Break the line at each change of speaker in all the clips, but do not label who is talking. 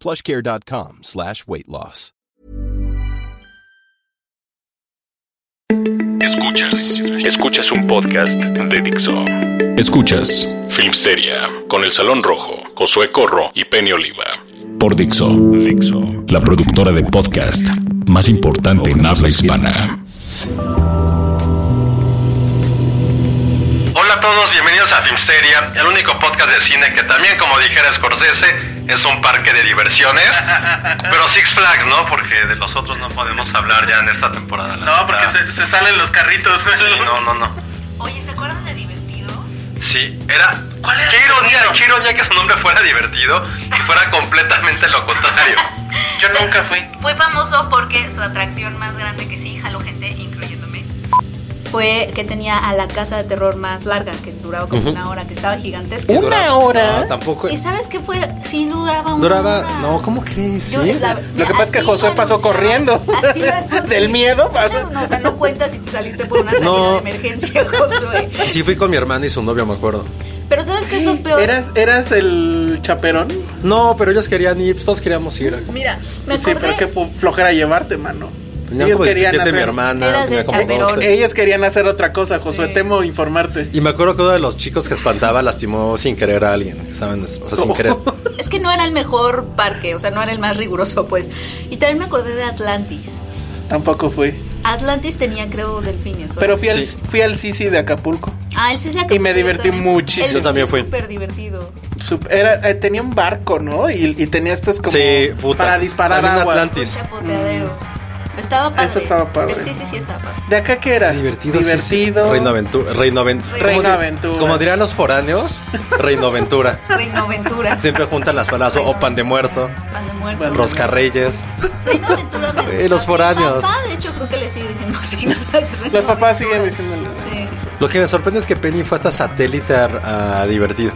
plushcare.com slash weight loss.
Escuchas, escuchas un podcast de Dixo. Escuchas Film Seria con El Salón Rojo, Josué Corro y Penny Oliva. Por Dixo, la productora de podcast más importante en habla hispana.
Hola a todos, bienvenidos a Filmsteria, el único podcast de cine que también, como dijera Scorsese, es un parque de diversiones. Pero Six Flags, ¿no? Porque de los otros no podemos hablar ya en esta temporada. la
No, porque
neta.
se, se salen los carritos.
Sí, no, no, no.
Oye, ¿se acuerdan de divertido?
Sí, era...
¿Cuál era
qué
su
ironía,
nombre?
qué ironía que su nombre fuera divertido y fuera completamente lo contrario.
Yo nunca fui.
Fue famoso porque su atracción más grande que sí jaló gente, incluyéndome. Fue que tenía a la casa de terror más larga, que duraba como una hora, que estaba gigantesca.
¿Una hora?
No, tampoco.
¿Y sabes qué fue? Sí, duraba una
Duraba.
hora.
No, ¿cómo crees?
Yo,
Sí.
la-
Lo que pasa es que
así
Josué
lo
pasó
anunciaban.
corriendo.
Así lo anunciaban.
Del miedo pasó.
No, o sea, no cuentas si te saliste por una salida
No.
de emergencia, Josué.
Sí, fui con mi hermana y su novio, me acuerdo.
Pero ¿sabes qué es lo peor?
¿Eras, ¿Eras el chaperón?
No, pero ellos querían ir, pues todos queríamos ir.
Mira, me
sí, pero
acordé...
qué fu- flojera llevarte, mano.
Tenían como eh. 17 mi
Eras
hermana, tenía
el
como
chaperón.
12.
Ellas querían hacer otra cosa, Josué.
Sí.
Temo informarte.
Y me acuerdo que uno de los chicos que espantaba lastimó sin querer a alguien, que saben, o sea, sin querer.
Es que no era el mejor parque, o sea, no era el más riguroso, pues. Y también me acordé de Atlantis.
Tampoco fui.
Atlantis tenía, creo, delfines. ¿o
Pero fui,
Sí.
al, fui al Sisi de Acapulco.
Ah, el sí es la
Y me divertí muchísimo.
Yo también fui.
Súper divertido.
Sup- era- eh, tenía un barco, ¿no? Y, y tenía estas como
Sí, puta.
para disparar
También
agua.
Atlantis.
Chapoteadero. Estaba padre.
Eso estaba padre.
El sí, sí, sí estaba padre.
¿De acá qué era?
Divertido, sí, sí.
Divertido.
Reino Aventura. Reino, Aven-
Reino
como di-
Aventura.
Como dirían los foráneos, Reino Aventura.
Reinoventura.
Siempre juntan las palabras o pan de muerto,
Pan de muerto.
Bueno,
Roscarreyes.
Reinoventura me
Eh,
gusta.
los foráneos.
Papá, de hecho, creo que le sigue diciendo Six Flags Reino
Los papás
Aventura.
siguen diciéndole.
Sí.
Lo que me sorprende es que Penny fue hasta satélite a, a divertido.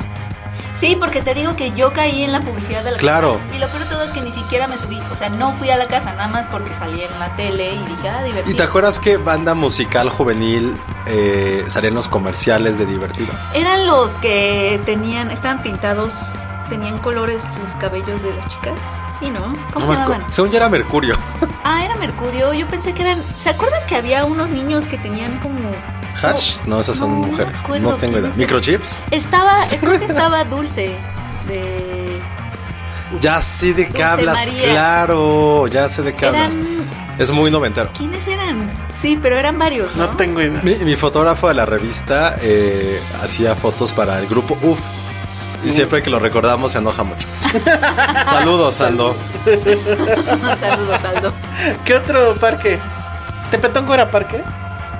Sí, porque te digo que yo caí en la publicidad de la
Claro.
casa. Y lo peor de todo es que ni siquiera me subí. O sea, no fui a la casa, nada más porque salí en la tele y dije, ah, divertido.
¿Y te acuerdas qué banda musical juvenil eh, salía en los comerciales de Divertido?
Eran los que tenían, estaban pintados, tenían colores los cabellos de las chicas. Sí, ¿no? ¿Cómo se
No me acu-
llamaban?
Según yo era Mercurio.
Ah, era Mercurio. Yo pensé que eran. ¿Se acuerdan que había unos niños que tenían como.
¿Hash? No, esas son
No, no
mujeres.
recuerdo
No tengo idea.
quiénes eran.
¿Microchips?
Estaba, creo que estaba Dulce de.
Ya sé de qué
Dulce
hablas,
María.
claro. Ya sé de qué
Eran-
hablas. Es muy noventero.
¿Quiénes eran? Sí, pero eran varios. No,
No tengo idea.
Mi, mi fotógrafo de la revista eh, hacía fotos para el grupo UF. Y siempre que lo recordamos se enoja mucho. Saludos, Aldo.
Saludos, Aldo.
¿Qué otro parque? ¿Tepetongo era parque?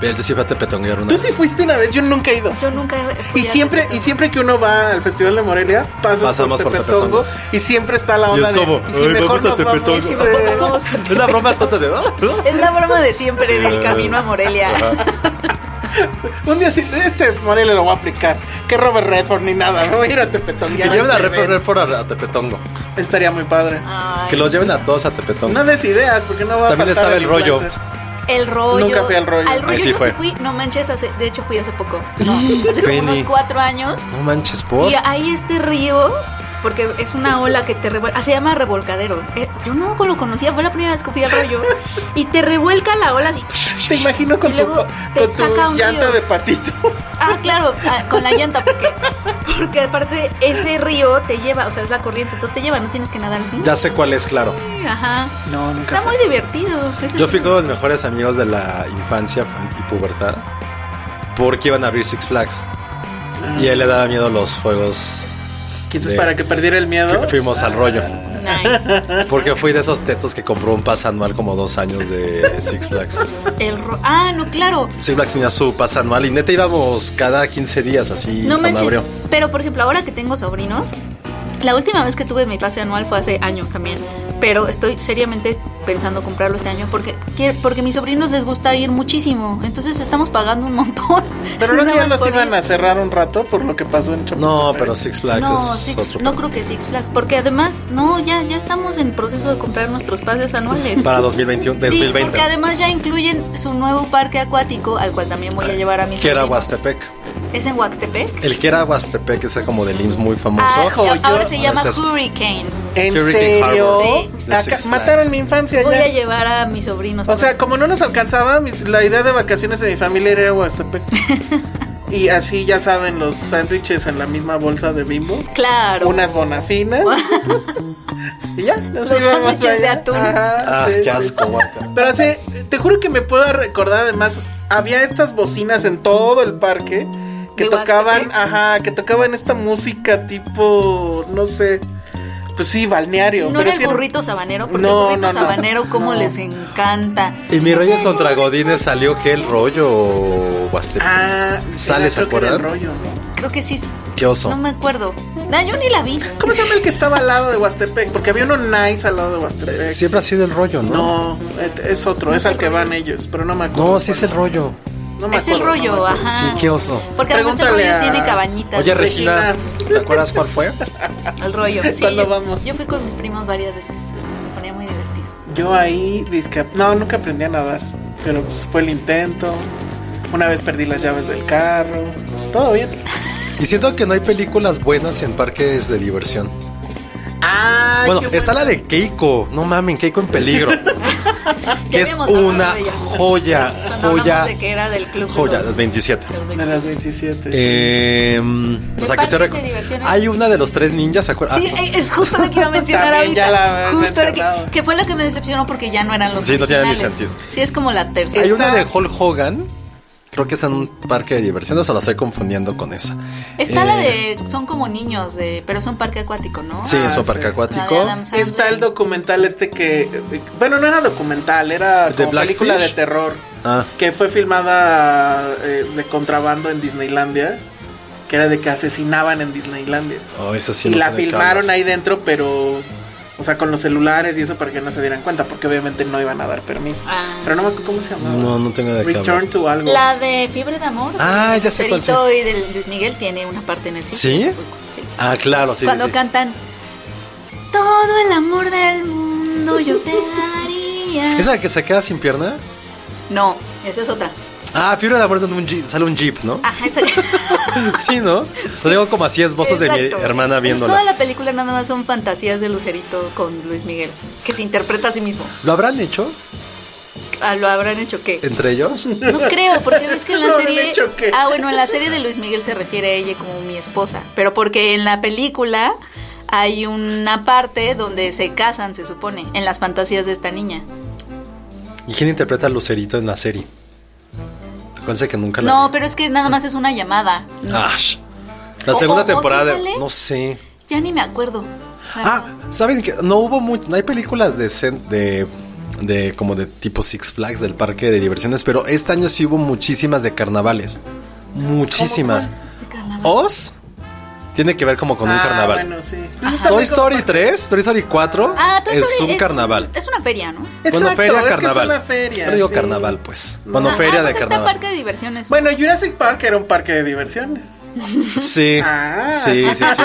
Yo sí fui a Tepetonguear una
Tú sí
vez.
fuiste una vez, yo nunca he ido.
Yo nunca. fui
Y
a-
siempre, y siempre que uno va al Festival de Morelia, pasas
Pasamos
por
por
Tepetongo, y siempre está la
Y
onda
es
de,
como,
y si
"Ay,
mejor
vamos a
nos vamos,
Tepetongo".
sí,
Sí, bueno,
vamos.
vamos a-
Es la broma tonta de... "Ah,
Es la broma de siempre del camino a Morelia.
Un día sí, este Morelia lo voy a aplicar. Que Robert Redford ni nada, me voy a ir a Tepetongo.
Que lleven a recorrer por a, a Tepetongo.
Estaría muy padre.
Ay,
Que los lleven a todos a Tepetongo.
No des ideas, porque no va a
También
faltar
estaba el rollo.
influencer.
El rollo.
Nunca fui al rollo.
Al rollo
Ahí sí
yo
fue.
sí fui, no manches, hace, de hecho fui hace poco. No, hace como
Penny.
unos cuatro años.
No manches, por.
Y hay este río, Porque es una ola que te revuelca. Ah, se llama revolcadero. Eh, yo no lo conocía, fue la primera vez que fui al rollo. Y te revuelca la ola así.
Te imagino con
Y
tu,
luego te
con
saca
tu
un
llanta
río.
de patito.
Ah, claro, ah, con la llanta, porque, porque aparte ese río te lleva, o sea, es la corriente, entonces te lleva, no tienes que nadar.
Ya sé cuál es, claro.
Ajá.
No, nunca
Está
fue.
muy divertido. Ese
Yo
es-
fui con mis mejores amigos de la infancia y pubertad porque iban a abrir Six Flags. Y a él le daba miedo los fuegos.
Entonces,
de-
para que perdiera el miedo.
Fu- Fuimos al rollo.
Nice.
Porque fui de esos tetos que compró un pas anual como dos años de Six Flags.
El ro- ah, no, claro.
Six Flags tenía su pas anual y neta íbamos cada 15 días así
No
cuando
manches.
abrió.
Pero por ejemplo, ahora que tengo sobrinos, la última vez que tuve mi pase anual fue hace años también. Pero estoy seriamente pensando comprarlo este año porque quier- porque a mis sobrinos les gusta ir muchísimo. Entonces estamos pagando un montón.
Pero no que
Nada
ya
más
los
por
iban
ir.
a cerrar un rato por lo que pasó en Chapultepec.
No, pero Six Flags
No,
es
Six-
otro.
no
pe-
creo que Six Flags, porque además, no, ya, ya estamos en proceso de comprar nuestros pases anuales.
Para 2021,
Sí,
2020.
porque además ya incluyen su nuevo parque acuático, al cual también voy a llevar a mis
que era
sobrinos.
Huastepec.
¿Es en Huastepec?
El que era Huastepec, ese como de Lins muy famoso.
Ah,
ojo,
ahora
yo-
se llama
Esas-
Hurricane.
¿En
Hurricane
serio?
Harbor.
Sí.
Acá-
De Six Flags.
mataron mi infancia
Voy a
ya.
llevar a mis sobrinos.
O sea, como no nos alcanzaba, mi- la idea de vacaciones de mi familia era ir a Huastepec. y así, ya saben, los sándwiches en la misma bolsa de bimbo.
claro.
Unas bonafinas. y ya, nos
Los
íbamos
sándwiches
allá.
de atún.
Ajá,
Ah,
sí, sí,
qué asco,
sí.
guaca.
Pero así, te juro que me puedo recordar además, había estas bocinas en todo el parque que
¿De
tocaban,
Huastepec?
ajá, que tocaban esta música tipo, no sé, pues sí, balneario.
no
pero
era
sí
el burrito sabanero, porque
No,
el
no,
burrito
no.
sabanero, como
No.
les encanta.
Y mi Reyes contra Godines salió que el rollo Huastepec.
Ah,
¿Sales,
era, creo
se
que era el
acuerdan?
rollo, ¿no?
Creo que sí.
Qué oso.
No me acuerdo. No, yo ni la vi.
¿Cómo se llama el que estaba al lado de Huastepec? Porque había uno nice al lado de Huastepec.
Eh, Siempre ha sido el rollo,
No,
¿no?
et- es otro, es al que van ellos, pero no me acuerdo.
No, sí es el rollo.
No me
es el
acuerdo, no me
rollo, ah.
acuerdo.
ajá.
Sí, qué oso.
Porque además el
Pregúntale
rollo
a-
tiene cabañitas.
Oye,
Regina.
Regina, ¿te acuerdas cuál fue?
El rollo. Sí,
¿Cuándo
yo,
vamos?
Yo fui con mis primos varias veces. Se ponía muy divertido.
Yo ahí disque, no, nunca aprendí a nadar, pero pues fue el intento. Una vez perdí las llaves del carro, todo bien.
Y siento que no hay películas buenas en parques de diversión.
Ah,
bueno, está la de Keiko. No mamen, Keiko en peligro. que es
habíamos hablado
una
de ella.
joya,
Cuando
joya.
hablamos de que era del club. de
joya,
los-
las 27.
de los
de las 27.
Eh, mm, o sea, que se
parques de
recu-
diversiones.
Hay una de los tres ninjas, ¿se acuerdan?
Sí, eh, es justo la que iba a mencionar
Ah. También
ahorita.
ya la he
justo la que,
mencionado.
que fue la que me decepcionó porque ya no eran los
Sí, no tiene ni
originales.
sentido.
Sí, es como la tercera.
Ah, Hay una de
Está-
Hulk Hogan. Creo que es en un parque de diversión, o sea, la estoy confundiendo con esa.
Está la
Eh,
de son como niños, de, pero son parque acuático, ¿no?
Sí,
Ah,
es un parque
sí.
acuático.
La de Adam Sandler.
Está el documental este que, bueno, no era documental, era
¿De
como
Blackfish?
película de terror
Ah.
que fue filmada eh, de contrabando en Disneylandia, que era de que asesinaban en Disneylandia.
Oh, esa sí
y
no sé
la
de qué
filmaron
hablas.
ahí dentro, pero. O sea, con los celulares y eso para que no se dieran cuenta, porque obviamente no iban a dar permiso.
Ah.
Pero no me acuerdo cómo se llamaba.
No, no tengo de qué
Return
hablar.
to algo.
La de Fiebre de Amor.
Ah, ya sé cuál
Cerito y del Luis Miguel tiene una parte en el cine.
¿Sí?
Sí.
Ah, claro, sí.
Cuando
sí.
cantan todo el amor del mundo yo te daría.
¿Es la que se queda sin pierna?
No, esa es otra.
Ah, Fibra de Amor es donde un jeep- sale un jeep, ¿no?
Ajá, esa.
Sí, ¿no? Te digo como así esbozos de mi
Exacto.
hermana
Toda
viéndola.
la película nada más son fantasías de Lucerito con Luis Miguel, que se interpreta a sí mismo.
¿Lo habrán hecho
Ah, ¿Lo habrán hecho qué?
entre ellos?
No creo, porque ves que en la
¿Lo habrán
serie.
hecho qué?
Ah, bueno, en la serie de Luis Miguel se refiere a ella como mi esposa. Pero porque en la película hay una parte donde se casan, se supone, en las fantasías de esta niña.
¿Y quién interpreta a Lucerito en la serie? Acuérdense que nunca la
No,
vi.
pero es que nada más es una llamada.
Ash. La
O-
segunda
o- o
temporada.
sí
de-
sale.
No sé.
Ya ni me acuerdo.
Ah, ¿saben que No hubo mucho. No hay películas de, cen- de. de. como de tipo Six Flags del parque de diversiones, pero este año sí hubo muchísimas de carnavales. Muchísimas. Oz tiene que ver como con un
Ah,
carnaval.
Bueno, sí. Pues
Toy Story 3, Toy Story 4
Ah, Toy
es
Story
un carnaval.
Es una feria, ¿no?
Bueno,
Exacto,
feria,
es que es
carnaval.
una feria,
Yo digo
sí. Ah,
carnaval, pues. Bueno,
Ajá,
feria
pues
de
está
carnaval.
parque de diversiones.
Bueno, Jurassic Park era un parque de diversiones.
Sí,
Ah.
sí, sí, sí.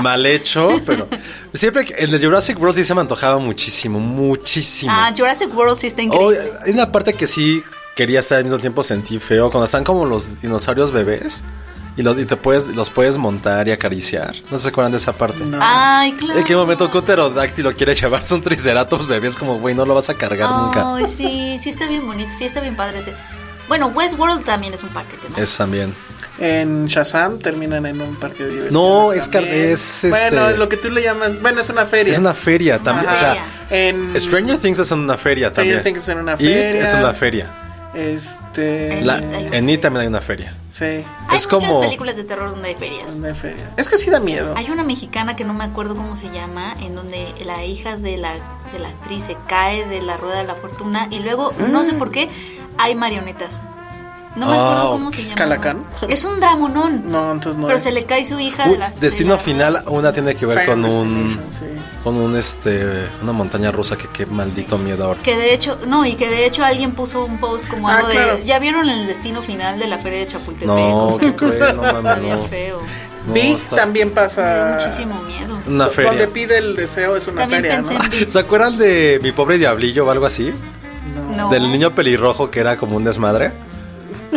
Mal hecho, pero siempre que el de Jurassic Bros. sí se me antojaba muchísimo, muchísimo.
Ah, Jurassic World sí está
Oh,
increíble.
hay una parte que sí quería estar al mismo tiempo sentí feo cuando están como los dinosaurios bebés y, los, y te puedes, los puedes montar y acariciar. ¿No se acuerdan de esa parte?
Ay, claro.
¿En qué momento que un pterodáctilo quiere llevarse un triceratops, bebé? Es como, güey, no lo vas a cargar nunca.
Ay, sí, sí está bien bonito, sí está bien padre ese. Bueno, Westworld también es un parque temático.
Es también.
En Shazam terminan en un parque de diversiones.
No, es car-
también.
es,
Bueno,
este-
lo que tú le llamas. Bueno, es una feria.
Es una feria también. O sea,
Ajá.
En.
Stranger Things es en una feria
Stranger
también.
Things es en una
It
feria.
es en una feria.
Este.
La-
Hay-
en It también hay una feria.
Sí,
Hay
es
muchas
como-
películas de terror donde hay ferias.
es una feria. Es que sí da miedo.
Hay una mexicana que no me acuerdo cómo se llama, en donde la hija de la, de la actriz se cae de la rueda de la fortuna y luego, no sé por qué, hay marionetas. No me
Ah,
acuerdo cómo se llama.
¿Calacán?
Es un dramonón.
No, entonces no.
pero
es.
se le cae su hija de
Un
la.
Uh, destino
de la-
final, una tiene que ver
Final
con un.
Destination, sí.
Con un este. Una montaña rusa que qué maldito miedo ahora.
Que de hecho, no, y que de hecho alguien puso un post como
Ah,
algo
claro.
de. ¿Ya vieron el destino final de la Feria de Chapultepec?
No,
O sea,
qué cruel, no
está
mames,
bien
no.
feo.
No,
Big
está-
también
Me dio
pasa.
muchísimo miedo.
Una
Donde
feria.
pide el deseo es una
También
feria,
pensé
¿no?
en Big.
¿Se acuerdan de mi pobre diablillo o algo así?
No.
Del niño pelirrojo que era como un desmadre.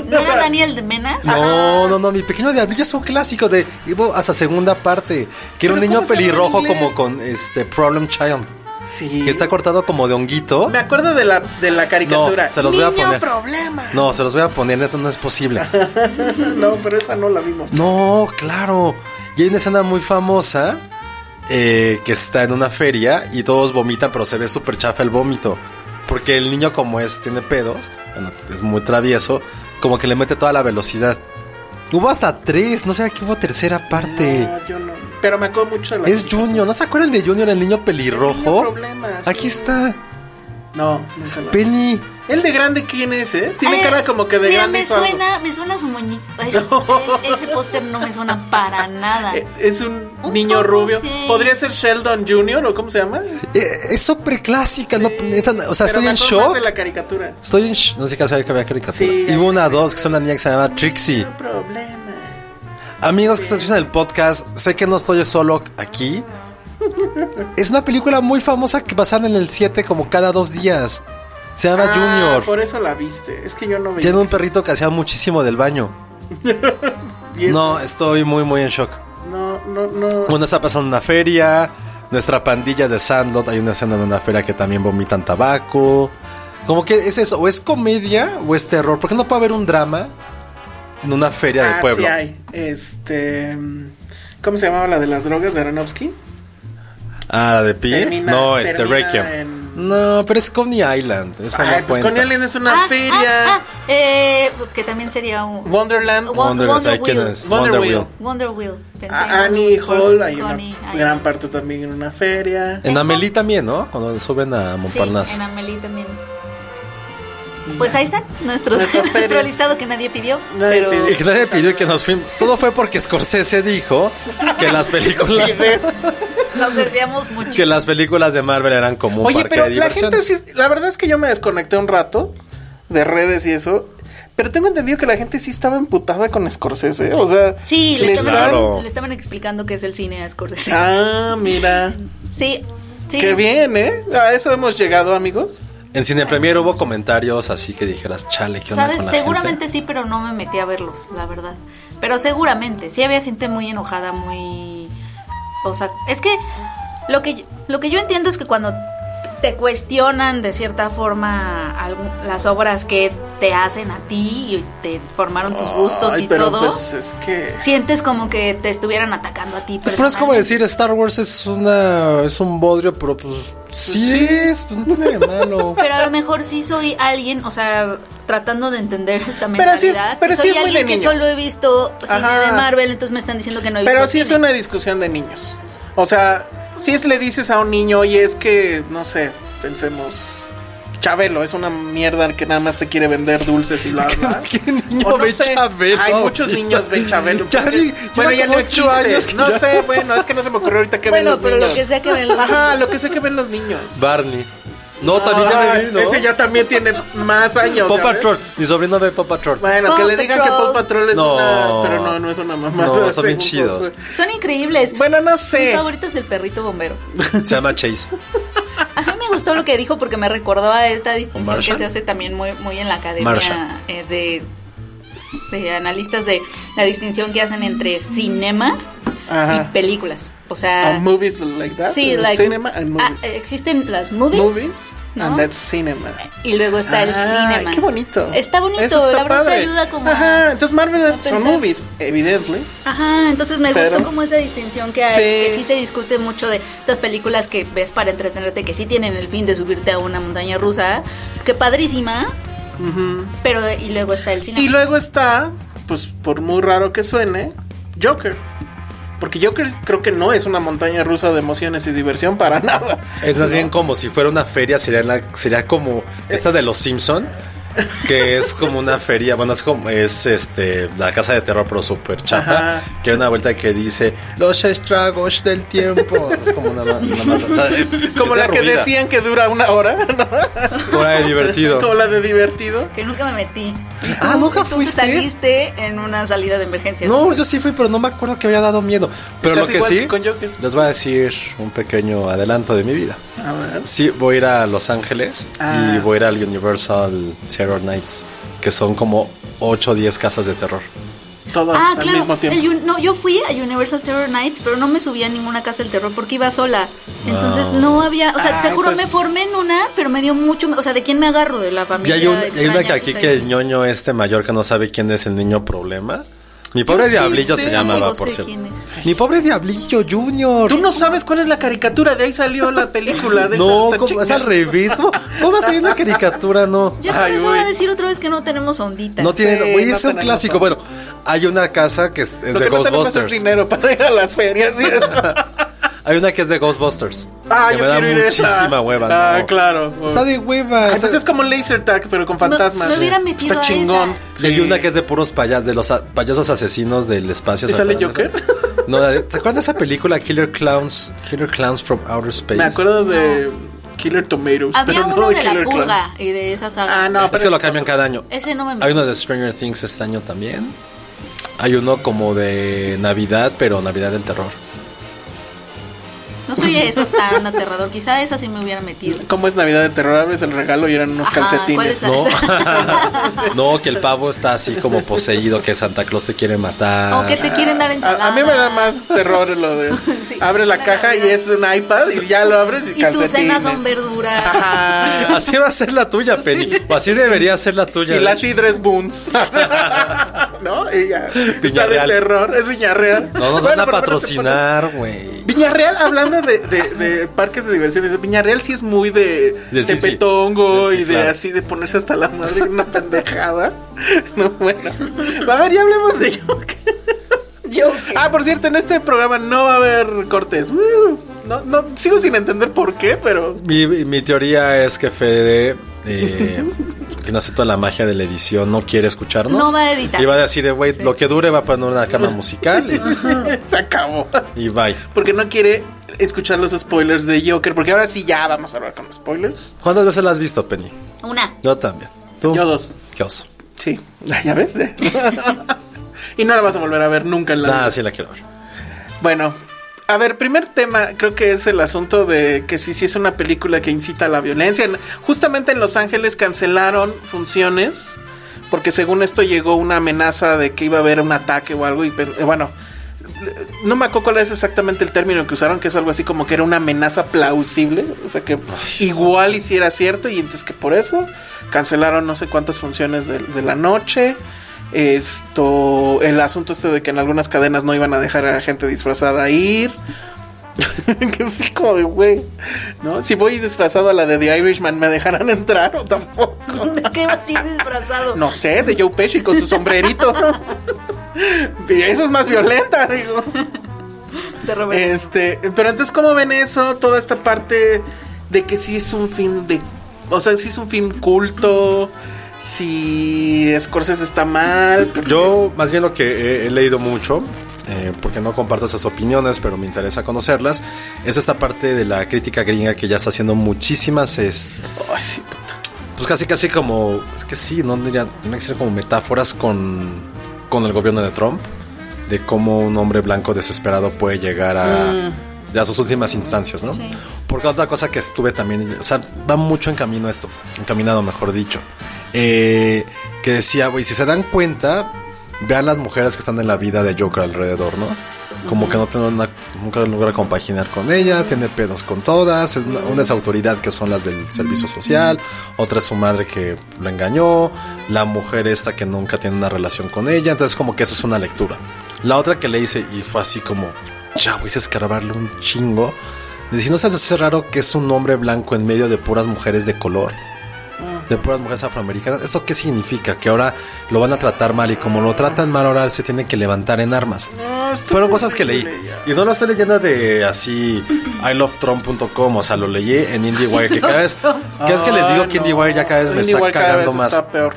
¿No era Daniel de Menas?
No, no, no, mi pequeño diablillo es un clásico de Ivo hasta segunda parte. Que era un
¿Pero
niño
cómo se llama en
pelirrojo
inglés?
como con este Problem Child.
Sí.
Que está cortado como de honguito.
Me acuerdo de la, de la
No,
caricatura.
se los voy a
Niño
poner.
problema.
No, se los voy a poner, neta, no es posible.
No, pero esa no la vimos.
No, claro. Y hay una escena muy famosa eh, que está en una feria y todos vomitan, pero se ve súper chafa el vómito. Porque el niño, como es, tiene pedos, bueno, es muy travieso, como que le mete toda la velocidad. Hubo hasta tres, no sé, aquí hubo tercera parte.
No, yo no. Pero me acuerdo mucho de la.
Es Junior, ¿no se acuerdan de Junior, el niño pelirrojo?
Niño problemas.
Aquí está,
No, nunca la vi.
Penny.
¿El de grande quién es, eh? Tiene
Ay,
cara como que de
mira,
grande
me
hizo algo.
suena, me suena su moñito. Ay, su- Ese póster no me suena para nada.
Eh, Es un,
Un
niño
poco,
rubio.
sí.
¿Podría ser Sheldon Jr. o cómo se llama?
Eh, es súper clásica, no, neta, o
Pero
sea, estoy
me acuerdo
en
más
shock.
de la caricatura.
Estoy en shock, no sé qué sabía que había caricatura.
Sí,
y
ya.
hubo una, dos, que son una niña que se llama Trixie.
No problema.
Amigos que están escuchando el podcast, sé que no estoy solo aquí. Es una película muy famosa que pasan en el 7 como cada dos días. Se llama
Ah,
Junior.
Por eso la viste. Es que yo no veía.
Tiene un
eso.
perrito que hacía muchísimo del baño.
Y eso-
No, estoy muy, muy en shock.
No, no, no.
Bueno, está pasando en una feria. Nuestra pandilla de Sandlot, hay una escena de una feria que también vomitan tabaco. Como que es eso, o es comedia o es terror. ¿Por qué no puede haber un drama en una feria
Ah,
del pueblo?
sí hay. Este. mm, ¿Cómo se llamaba la de las drogas de Aronofsky?
Ah, ¿la de pie.
Termina-
no, este
termina
Requiem.
en-
No, pero es Coney Island. Eso
Ay,
no
pues
cuenta.
Coney Island es una
Ah,
feria.
ah, ah, eh, que también sería un.
Wonderland.
Wo-
Wonder,
Wonder
ay, ¿quién
Wheel.
es?
Wonder
Wonder
Wheel.
Wheel.
Wonder Wheel. Pensé en
a- Annie
Wonder Wheel,
Hall. Hay una
Connie, ay,
gran
no.
parte también en una feria.
En Amelie también, ¿no? Cuando suben a
Sí,
Montparnasse.
en Amelie también. Pues ahí están nuestros,
Nuestras
nuestro
ferias.
listado que nadie pidió.
Nadie
pero
pidió.
Y que nadie pidió que nos fuimos. Todo fue porque Scorsese dijo que las películas
nos desviamos mucho.
que las películas de Marvel eran como un
Oye,
parque
pero
de
la gente
diversiones.
sí. La verdad es que yo me desconecté un rato de redes y eso. Pero tengo entendido que la gente sí estaba emputada con Scorsese. ¿eh? O sea.
Sí, le,
le
estaban,
están-
claro.
le estaban explicando qué es el cine a Scorsese.
Ah, mira.
Sí, sí.
Qué bien, ¿eh? A eso hemos llegado, amigos.
En Cine Premier hubo comentarios así que dijeras, chale, ¿qué onda
¿Sabes?
con la
Seguramente
gente?
sí, pero no me metí a verlos, la verdad. Pero seguramente, sí había gente muy enojada, muy... O sea, es que lo que, yo- lo que yo entiendo es que cuando te cuestionan de cierta forma algu- las obras que te hacen a ti y te formaron tus gustos
Ay,
y
pero
todo,
pues es que.
sientes como que te estuvieran atacando a ti.
Pero es como
personalmente.
decir Star Wars es una es un bodrio, pero pues sí, es, pues no tiene de malo.
Pero a lo mejor sí soy alguien, o sea, tratando de entender esta
Pero
mentalidad.
sí es- pero
si
sí
soy
es muy
alguien
de
que
niño.
solo he visto cine
Ajá.
de Marvel, entonces me están diciendo que no he visto
Pero sí es
cine.
una discusión de niños. O sea, si es le dices a un niño, oye, es que, no sé, pensemos, Chabelo es una mierda que nada más te quiere vender dulces y bla, bla.
¿Qué niño
O
ve Chabelo?
Hay muchos niños ven Chabelo.
Ya
porque-
vi,
bueno,
lleva
ya no
como ocho
existe.
años que
no
ya-
sé, bueno, es que no se me ocurrió ahorita que ven
Bueno,
los
pero lo
niños.
que sea que ven los-
Ajá, lo que sea que ven los niños.
Barney. No, también Ah, ya
Ay,
me vi, ¿no?
Ah, Ese ya también tiene más años.
Paw
¿sabes?
Patrol. Mi sobrino ve Paw Patrol.
Bueno, que
Paw
le digan que
Patrol.
Paw Patrol es
No.
una. Pero no, no es una mamá.
No, son bien chidos.
Son increíbles.
Bueno, no
Mi
sé.
favorito es el perrito bombero.
Se llama Chase.
A mí me gustó lo que dijo porque me recordó a esta distinción que
Marshall?
se hace también muy, muy en la academia
Marshall.
eh, de de analistas de la distinción que hacen entre cinema
Ajá.
y películas. O sea,
And movies like that.
Ah, sí,
uh,
like-
cinema and
ah,
movies.
existen las movies,
movies
¿no?
and that's cinema.
y luego está el
Ah,
cinema.
Qué bonito.
Está bonito,
Eso está
la verdad te
padre.
ayuda como a-
Ajá, entonces Marvel
a
son
pensar.
movies, evidently.
Ajá, entonces me
Pero-
gustó como esa distinción que hay,
Sí.
que sí se discute mucho de estas películas que ves para entretenerte, que sí tienen el fin de subirte a una montaña rusa, que padrísima, pero y luego está el cine.
Y luego está, pues por muy raro que suene, Joker. Porque Joker creo que no es una montaña rusa de emociones y diversión para nada.
Es más bien como si fuera una feria, sería, la- sería como esta de los Simpson, que es como una feria, bueno, es como es este la casa de terror pero super chafa,
Ajá.
que hay una vuelta que dice los estragos del tiempo. Es como una, ma- una ma- o sea, eh,
Como
es
la que
derruida,
decían que dura una hora, ¿no?
como la de divertido.
Como la de divertido.
que nunca me metí.
Ah,
Tú-
¿nunca
tú te
fuiste?
saliste en una salida de emergencia.
No, yo sí fui, pero no me acuerdo que me había dado miedo. Pero
Estás
lo que
igual
sí,
que con Joker.
les voy a decir un pequeño adelanto de mi vida.
A ver.
Sí, voy a ir a Los Ángeles
Ah,
y voy a ir al Universal Terror Nights, que son como 8 o 10 casas de terror.
Todas
Ah,
al
claro.
mismo tiempo.
el un- no, yo fui a Universal Terror Nights, pero no me subí a ninguna casa del terror porque iba sola. Entonces no había, o sea,
Ah,
te juro,
pues-
me formé en una, pero me dio mucho, o sea, ¿de quién me agarro? De la
Y
familia.
hay, un- hay
extraña
una que aquí
está
que
ahí.
el ñoño este mayor que no sabe quién es el niño problema. Mi pobre
Yo sí
diablillo
sé,
se llamaba,
luego
por
sé
cierto.
quién
Mi pobre diablillo junior.
Tú no sabes cuál es la caricatura, de ahí salió la película. de
No,
esta
¿cómo-
chica.
es al revés. ¿Cómo, cómo va a salir una caricatura? No.
Ya por
Ay,
eso voy a
uy.
decir otra vez que no tenemos ondita.
No tiene.
Sí,
Oye,
no
es un
tenemos
clásico.
razón.
Bueno, hay una casa que es, es
Lo
de
que no tenemos es
Ghostbusters.
dinero para ir a las ferias y eso.
hay una que es de Ghostbusters.
Ah,
que
yo
me da
quiero ir a esa.
muchísima hueva.
Ah,
no.
claro.
Está de hueva.
Ah,
o sea,
Entonces es como laser tag, pero con fantasmas.
me hubiera
Sí.
metido
Está
a
chingón.
esa.
Y hay una que es de puros payasos, de los a- payasos asesinos del espacio.
¿Y
¿se
sale
acuerdan de esa? No, la de- ¿se acuerdan de esa película Killer Clowns? Killer Clowns from Outer Space.
Me acuerdo de Killer Tomatoes,
Había
pero
uno
no
de
de
la
Killer
purga
Clown.
y de esa saga.
Ah, no, pero
Es que lo
ese
cambian cada año.
Ese no me
Hay
metí.
uno de Stranger Things este año también. Hay uno como de Navidad, pero Navidad del terror.
No soy eso tan aterrador. Quizá esa sí me hubiera metido.
¿Cómo es Navidad de Terror? Abres el regalo y eran unos
Ajá, ¿cuál
calcetines.
es la-
No,
Esa.
no, que el pavo está así como poseído, que Santa Claus te quiere matar.
O que te quieren dar ensalada.
A, a mí me da más terror lo de.
Sí.
abre la
La
caja y
Navidad.
es un iPad y ya lo abres y,
Y tus
calcetines. Ah,
cenas son verduras.
Ajá.
Así va a ser la tuya, Penny. O así debería ser la tuya.
Y
de
las
hecho.
Idres Boons. ¿No? Y ya. Está de
Viñarreal.
terror. Es Viñarreal.
No nos
Bueno,
van
pero bueno, te
a
pones-
patrocinar, güey.
Viñarreal, hablando de, de- de parques de diversiones, Viñarreal sí es muy de,
De
de,
sí, sí.
petongo
De sí,
y de
claro.
así de ponerse hasta la madre en una pendejada. No, bueno. A ver, ya hablemos de Joker.
Yo.
Ah, por cierto, en este programa no va a haber cortes. Uh, No, no, sigo sin entender por qué, pero.
Mi, mi teoría es que Fede, eh, que no hace toda la magia de la edición, no quiere escucharnos.
No va a editar.
Y va a decir, de, güey, lo que dure va a poner una cama musical y-
Se acabó.
y bye.
Porque no quiere escuchar los spoilers de Joker, porque ahora sí ya vamos a hablar con spoilers.
¿Cuántas veces la has visto, Penny?
Una.
Yo también. ¿Tú?
Yo dos.
Qué oso.
Sí, ya ves. y no la vas a volver a ver nunca en la
Nada,
vida.
sí la quiero ver.
Bueno, a ver, primer tema, creo que es el asunto de que sí, sí es una película que incita a la violencia. En- Justamente en Los Ángeles cancelaron funciones porque según esto llegó una amenaza de que iba a haber un ataque o algo y pe- eh, bueno, no me acuerdo cuál es exactamente el término que usaron, que es algo así como que era una amenaza plausible, o sea que igual hiciera cierto y entonces que por eso cancelaron no sé cuántas funciones de, de la noche. Esto, el asunto este de que en algunas cadenas no iban a dejar a gente disfrazada ir. que así como de güey, ¿no? Si voy disfrazado a la de The Irishman, ¿me dejarán entrar o tampoco?
¿De qué vas a ir disfrazado?
No sé, de Joe Pesci con su sombrerito. Y Eso es más violenta, digo.
Te robé.
Este, pero entonces, ¿cómo ven eso? Toda esta parte de que sí es un film de. O sea, sí es un film culto. Si Scorsese está mal.
Yo, más bien lo que he, he leído mucho, eh, porque no comparto esas opiniones, pero me interesa conocerlas, es esta parte de la crítica gringa que ya está haciendo muchísimas este, es-
Ay, sí, puta.
pues casi casi como es que sí no diría tendría que ser como metáforas con con el gobierno de Trump de cómo un hombre blanco desesperado puede llegar a ya a sus últimas instancias no porque otra cosa que estuve también o sea va mucho en camino esto encaminado mejor dicho eh, que decía, güey, si se dan cuenta, vean las mujeres que están en la vida de Joker alrededor, ¿no? Como que no tienen una- nunca logra compaginar con ellas, tiene pedos con todas, una, una es autoridad que son las del servicio social, otra es su madre que lo engañó, la mujer esta que nunca tiene una relación con ella, entonces como que eso es una lectura. La otra que le hice y fue así como, ya, güey, es escarbarle un chingo. Dice, si no se te hace raro que es un hombre blanco en medio de puras mujeres de color de puras mujeres afroamericanas. ¿Esto qué significa? Que ahora lo van a tratar mal y como lo tratan mal ahora se tiene que levantar en armas. Fueron cosas que leí. Y no lo estoy leyendo de así ilovetrump.com, o sea, lo leí en IndieWire, que cada vez, cada vez que les digo
Ah,
que IndieWire ya cada vez me está
Igual cada
cagando
vez
más.
Está peor.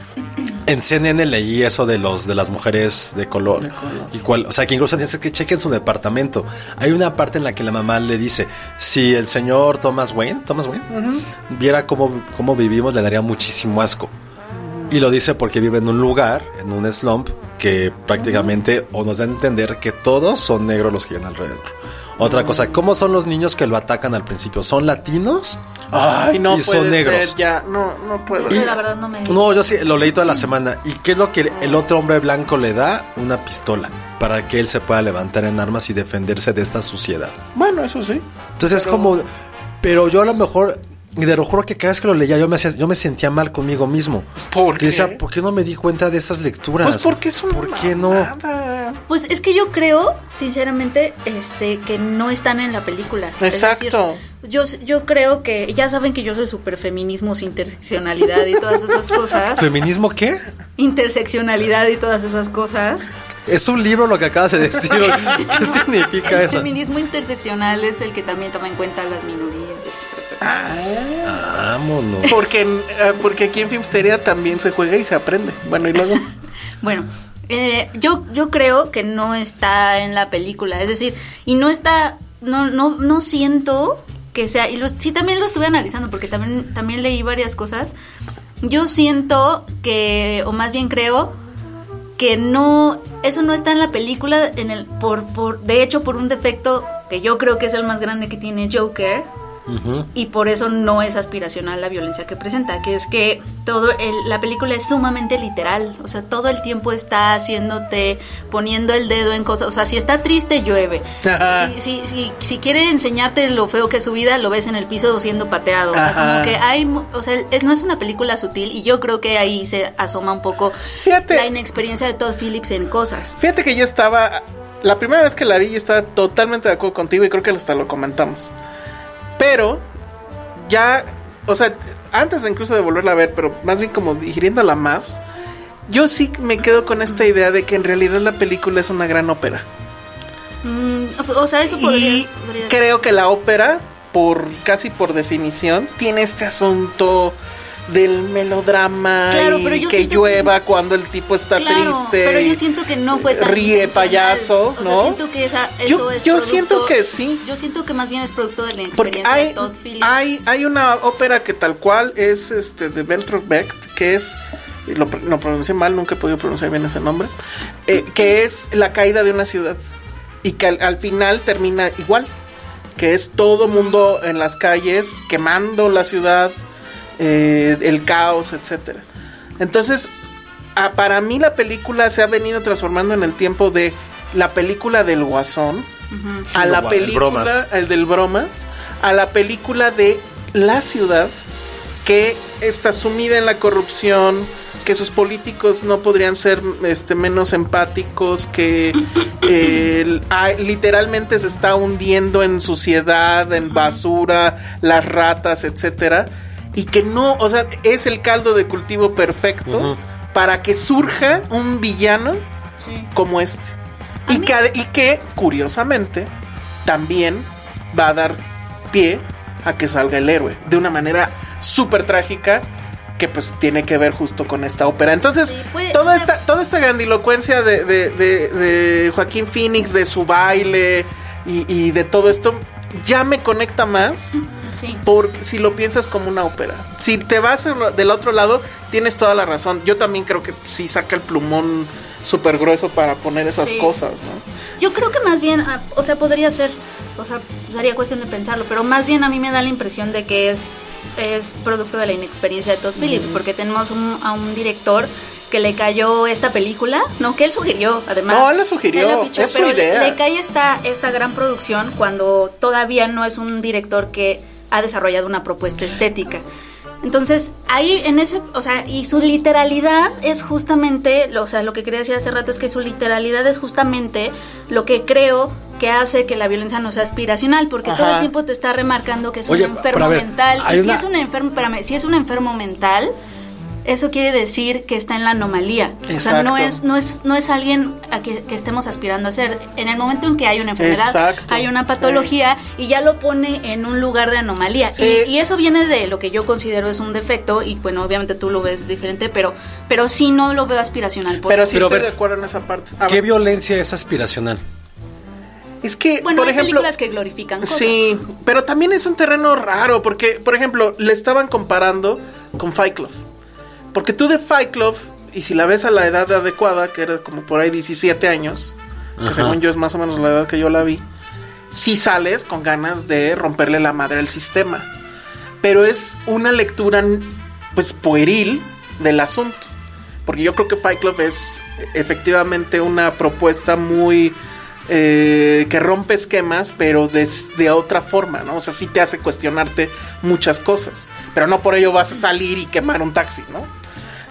En CNN leí eso de los de las mujeres de color. Y cual- o sea, que incluso dice que chequen su departamento. Hay una parte en la que la mamá le dice, si el señor Thomas Wayne, Thomas Wayne, viera cómo, cómo vivimos, le daría muchísimo asco. Y lo dice porque vive en un lugar, en un slump, que prácticamente o nos da a entender que todos son negros los que viven alrededor. Otra cosa, ¿cómo son los niños que lo atacan al principio? ¿Son latinos?
Ay, no
Y
puede ser,
son negros.
ya, no, no puedo.
Eso la verdad no me...
No, yo sí, lo leí toda la semana. ¿Y qué es lo que el otro hombre blanco le da? Una pistola. Para que él se pueda levantar en armas y defenderse de esta suciedad.
Bueno, eso sí.
Entonces es como. Pero yo a lo mejor. Y te lo juro que cada vez que lo leía yo me, hacía- yo me sentía mal conmigo mismo.
¿Por
Que decía,
qué?
¿por qué no me di cuenta de estas lecturas?
Pues porque es una
Ah, ¿Por qué no?
mamada.
Pues es que yo creo, sinceramente, este, que no están en la película. Es
Exacto.
decir, yo, yo creo que, ya saben que yo soy súper feminismos, interseccionalidad y todas esas cosas.
¿Feminismo qué?
interseccionalidad y todas esas cosas.
Es un libro lo que acabas de decir. ¿Qué significa
El
eso?
feminismo interseccional es el que también toma en cuenta las minorías, etcétera, etcétera.
Vámonos.
Porque, en- eh, porque aquí en Filmsteria también se juega y se aprende. Bueno, y luego.
Bueno, eh, yo, yo creo que no está en la película, es decir, y no está, no, no, no siento que sea, y lo- sí también lo estuve analizando porque también, también leí varias cosas, yo siento que, o más bien creo, que no, eso no está en la película, en el, por, por, de hecho por un defecto que yo creo que es el más grande que tiene Joker, y por eso no es aspiracional la violencia que presenta, que es que todo el- la película es sumamente literal, o sea, todo el tiempo está haciéndote, poniendo el dedo en cosas, o sea, si está triste llueve,
Ajá.
si, si, si, si quiere enseñarte lo feo que es su vida, lo ves en el piso siendo pateado, o sea,
Ajá.
como que Eh, hay, mu- o sea, es- no es una película sutil y yo creo que ahí se asoma un poco
Fíjate.
la inexperiencia de Todd Phillips en cosas.
Fíjate que yo estaba. La primera vez que la vi, yo estaba totalmente de acuerdo contigo y creo que hasta lo comentamos. Pero, ya. O sea, antes de incluso de volverla a ver, pero más bien como digiriéndola más, yo sí me quedo con esta idea de que en realidad la película es una gran ópera.
Mm, o sea, eso podría...
Y
podría-
creo que la ópera, por casi por definición, tiene este asunto del melodrama
Claro, pero
y
yo
que
siento que-
llueva cuando el tipo está
Claro,
triste.
Pero yo
y-
siento que no fue tan.
Ríe
intencional.
payaso,
O sea,
¿no?
siento que esa- eso
Yo-
es
yo
producto-
siento que sí.
Yo siento que más bien es producto de la
Porque
experiencia de
hay,
Todd Phillips.
hay, hay una ópera que tal cual es este de Bertolt Brecht, que es, y lo, pr- lo pronuncié mal, nunca he podido pronunciar bien ese nombre, eh, que es la caída de una ciudad y que al, al final termina igual, que es todo mundo en las calles quemando la ciudad, eh, el caos, etcétera. Entonces, ah, para mí la película se ha venido transformando en el tiempo de la película del guasón a
El
la
gua- el
película
bromas.
el del bromas a la película de la ciudad que está sumida en la corrupción que sus políticos no podrían ser este, menos empáticos, que eh, el- ah, literalmente se está hundiendo en suciedad, en basura, las ratas, etcétera, y que no, o sea, es el caldo de cultivo perfecto para que surja un villano como este.
A
Y
mí-
que, ade- y que, curiosamente, también va a dar pie a que salga el héroe. De una manera súper trágica que pues tiene que ver justo con esta ópera. Entonces,
Sí, puede-
toda,
o sea-
esta, toda esta grandilocuencia de, de- de- de Joaquín Phoenix, de su baile y, y de todo esto, ya me conecta más.
Sí.
Porque si lo piensas como una ópera. Si te vas en lo- del otro lado, tienes toda la razón. Yo también creo que sí saca el plumón súper grueso para poner esas
Sí.
cosas, ¿no?
Yo creo que más bien, ah, o sea, podría ser, o sea, sería cuestión de pensarlo, pero más bien a mí me da la impresión de que es, es producto de la inexperiencia de Todd Phillips, porque tenemos un- a un director que le cayó esta película, no, que él sugirió, además.
No, él la sugirió,
Él la
es su
pero
idea.
Le cae esta, esta gran producción cuando todavía no es un director que ha desarrollado una propuesta estética. Entonces, ahí en ese, o sea, y su literalidad es justamente, lo- o sea, lo que quería decir hace rato es que su literalidad es justamente lo que creo que hace que la violencia no sea aspiracional, porque todo el
Ajá.
tiempo te está remarcando que es
Oye,
un enfermo
pero a ver,
mental.
hay
Y si
una-
es un enfermo, espérame, si es un enfermo mental, eso quiere decir que está en la anomalía. O sea,
Exacto.
no es, no es, no es alguien a que, que estemos aspirando a ser. En el momento en que hay una enfermedad,
Exacto.
hay una patología y ya lo pone en un lugar de anomalía.
Sí.
Y, y eso viene de lo que yo considero es un defecto, y bueno, obviamente tú lo ves diferente, pero, pero sí no lo veo aspiracional. por-
Pero sí
Pero a
estoy
ver,
de acuerdo en esa parte. A
¿Qué
ver,
violencia es aspiracional?
es que,
bueno,
por
hay
ejemplo,
películas que glorifican cosas.
Sí, pero también es un terreno raro porque, por ejemplo, le estaban comparando con Fight Club. Porque tú de Fight Club, y si la ves a la edad adecuada, que era como por ahí 17 años, que
Ajá.
según yo es más o menos la edad que yo la vi, sí sales con ganas de romperle la madre al sistema. Pero es una lectura, pues, pueril del asunto. Porque yo creo que Fight Club es efectivamente una propuesta muy... eh, que rompe esquemas, pero des- de otra forma, ¿no? O sea, sí te hace cuestionarte muchas cosas. Pero no por ello vas a salir y quemar un taxi, ¿no?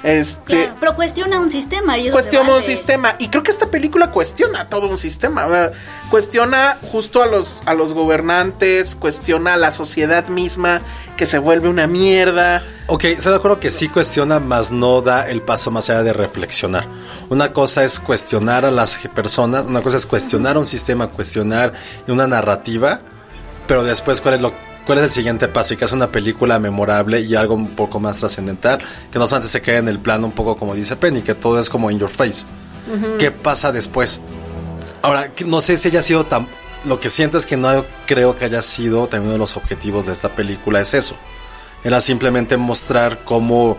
Este...
Claro, pero cuestiona un sistema. Y eso se
Cuestiona un
vale.
sistema. Y creo que esta película cuestiona todo un sistema. ¿verdad? Cuestiona justo a los, a los gobernantes, cuestiona a la sociedad misma, que se vuelve una mierda.
Ok, estoy de acuerdo que sí cuestiona, mas no da el paso más allá de reflexionar. Una cosa es cuestionar a las personas, una cosa es cuestionar un sistema, cuestionar una narrativa, pero después cuál es lo cuál es el siguiente paso y que es una película memorable y algo un poco más trascendental, que no solamente se quede en el plano un poco como dice Penny, que todo es como in your face. ¿Qué pasa después? Ahora, que- no sé si haya sido tan... Lo que siento es que no creo que haya sido también uno de los objetivos de esta película es eso. Era simplemente mostrar cómo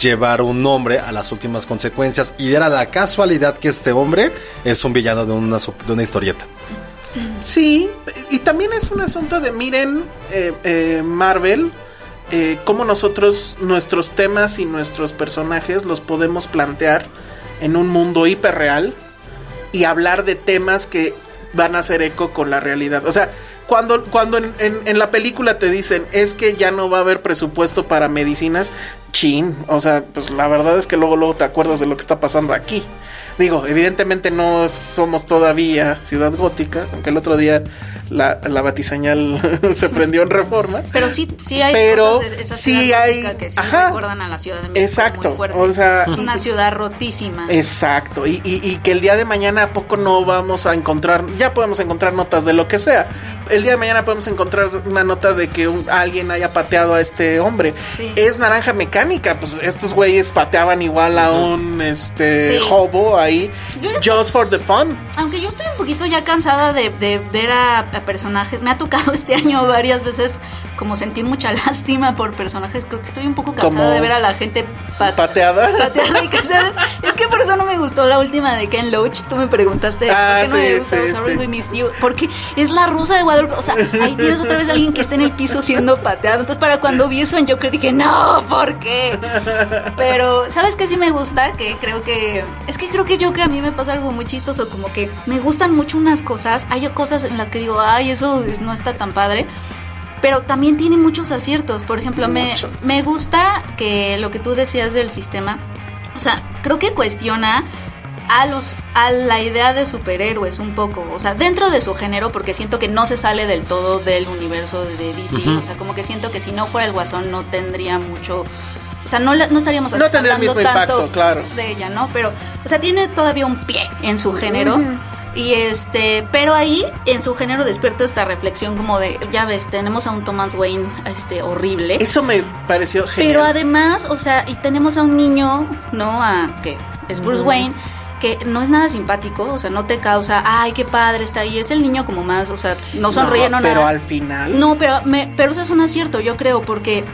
llevar un hombre a las últimas consecuencias y era la casualidad que este hombre es un villano de una, sup- de una historieta.
Sí, y también es un asunto de miren eh, eh, Marvel, eh, cómo nosotros nuestros temas y nuestros personajes los podemos plantear en un mundo hiperreal y hablar de temas que van a hacer eco con la realidad. O sea, cuando, cuando en, en- en la película te dicen es que ya no va a haber presupuesto para medicinas, chin, o sea, pues la verdad es que luego, luego te acuerdas de lo que está pasando aquí. Digo, evidentemente no somos todavía ciudad gótica, aunque el otro día la, la batiseñal se prendió en reforma.
Pero sí, sí hay
Pero
cosas de esa
sí
ciudad
hay-
gótica que sí
ajá.
recuerdan a la Ciudad de México
Exacto,
muy fuerte.
o sea,
es
y-
una ciudad rotísima.
Exacto, y, y- y que el día de mañana a poco no vamos a encontrar, ya podemos encontrar notas de lo que sea. El día de mañana podemos encontrar una nota de que un- alguien haya pateado a este hombre.
Sí.
Es naranja mecánica, pues estos güeyes pateaban igual a un este
Sí.
hobo ahí,
Yo les-
just for the fun.
Aunque yo estoy un poquito ya cansada de, de ver a, a personajes, me ha tocado este año varias veces como sentir mucha lástima por personajes, creo que estoy un poco cansada
Como-
de ver a la gente pat-
Pateada.
pateada y que se- Es que por eso no me gustó la última de Ken Loach. Tú me preguntaste
Ah,
por qué no me
sí,
gustó
sí,
Sorry
sí.
We Missed You. Porque es la rusa de Guadalupe. O sea, ahí tienes otra vez a alguien que está en el piso siendo pateado. Entonces, para cuando vi eso en Joker dije, no, ¿por qué? Pero, ¿sabes qué sí me gusta? Que creo que. Es que creo que Joker a mí me pasa algo muy chistoso. Como que me gustan mucho unas cosas. Hay cosas en las que digo, ay, eso es- no está tan padre. Pero también tiene muchos aciertos. Por ejemplo, me,
Muchos.
me gusta que lo que tú decías del sistema. O sea, creo que cuestiona a los a la idea de superhéroes un poco, o sea, dentro de su género porque siento que no se sale del todo del universo de DC, o sea, como que siento que si no fuera el Guasón no tendría mucho o sea, no, la- no estaríamos
No tendría el
hablando
mismo
tanto
impacto, claro.
de ella, ¿no? Pero, o sea, tiene todavía un pie en su género. Y este, pero ahí en su género despierta esta reflexión como de, ya ves, tenemos a un Thomas Wayne este horrible.
Eso me pareció genial.
Pero además, o sea, y tenemos a un niño, ¿no? A, que es Bruce Wayne, que no es nada simpático, o sea, no te causa, ay, qué padre está ahí. Es el niño como más, o sea, no sonríe, no,
Pero
nada.
al final.
No, pero, me, pero eso es un acierto, yo creo, porque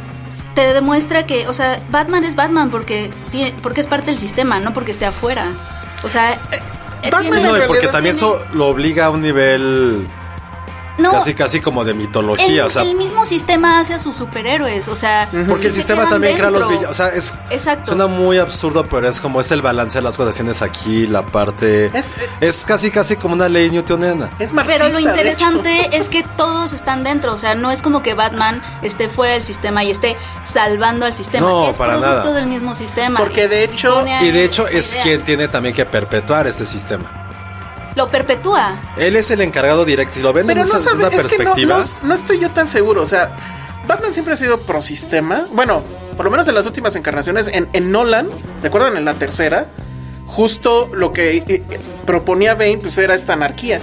te demuestra que, o sea, Batman es Batman porque, tiene, porque es parte del sistema, no porque esté afuera. O sea, eh,
Batman
tiene-
No, y
en
porque
realidad
también
tiene-
eso lo obliga a un nivel
No,
Casi, casi como de mitología.
el,
o sea,
el mismo sistema hace a sus superhéroes, o sea...
Porque el
se
sistema
quedan
también crea los
dentro.
villanos. O sea, es.
Exacto.
Suena muy absurdo, pero es como es el balance de las cosas. aquí, la parte.
Es-
Es,
eh,
casi, casi como una ley newtoniana.
Es marxista. de
Pero lo
hecho.
interesante es que todos están dentro, o sea, no es como que Batman esté fuera del sistema y esté salvando al sistema.
No,
es
para
producto
nada.
del mismo sistema.
Porque de hecho-
pone ahí
Y de hecho,
eh, esa
es
idea.
quien tiene también que perpetuar este sistema.
lo perpetúa.
Él es el encargado directo. Y lo ven
Pero
en
no
esa
sabe-
una
es que no,
perspectiva.
no- no estoy yo tan seguro. O sea, Batman siempre ha sido pro sistema. Bueno, por lo menos en las últimas encarnaciones, en, en Nolan, ¿recuerdan en la tercera? Justo lo que eh, eh, proponía Bane, pues era esta anarquía.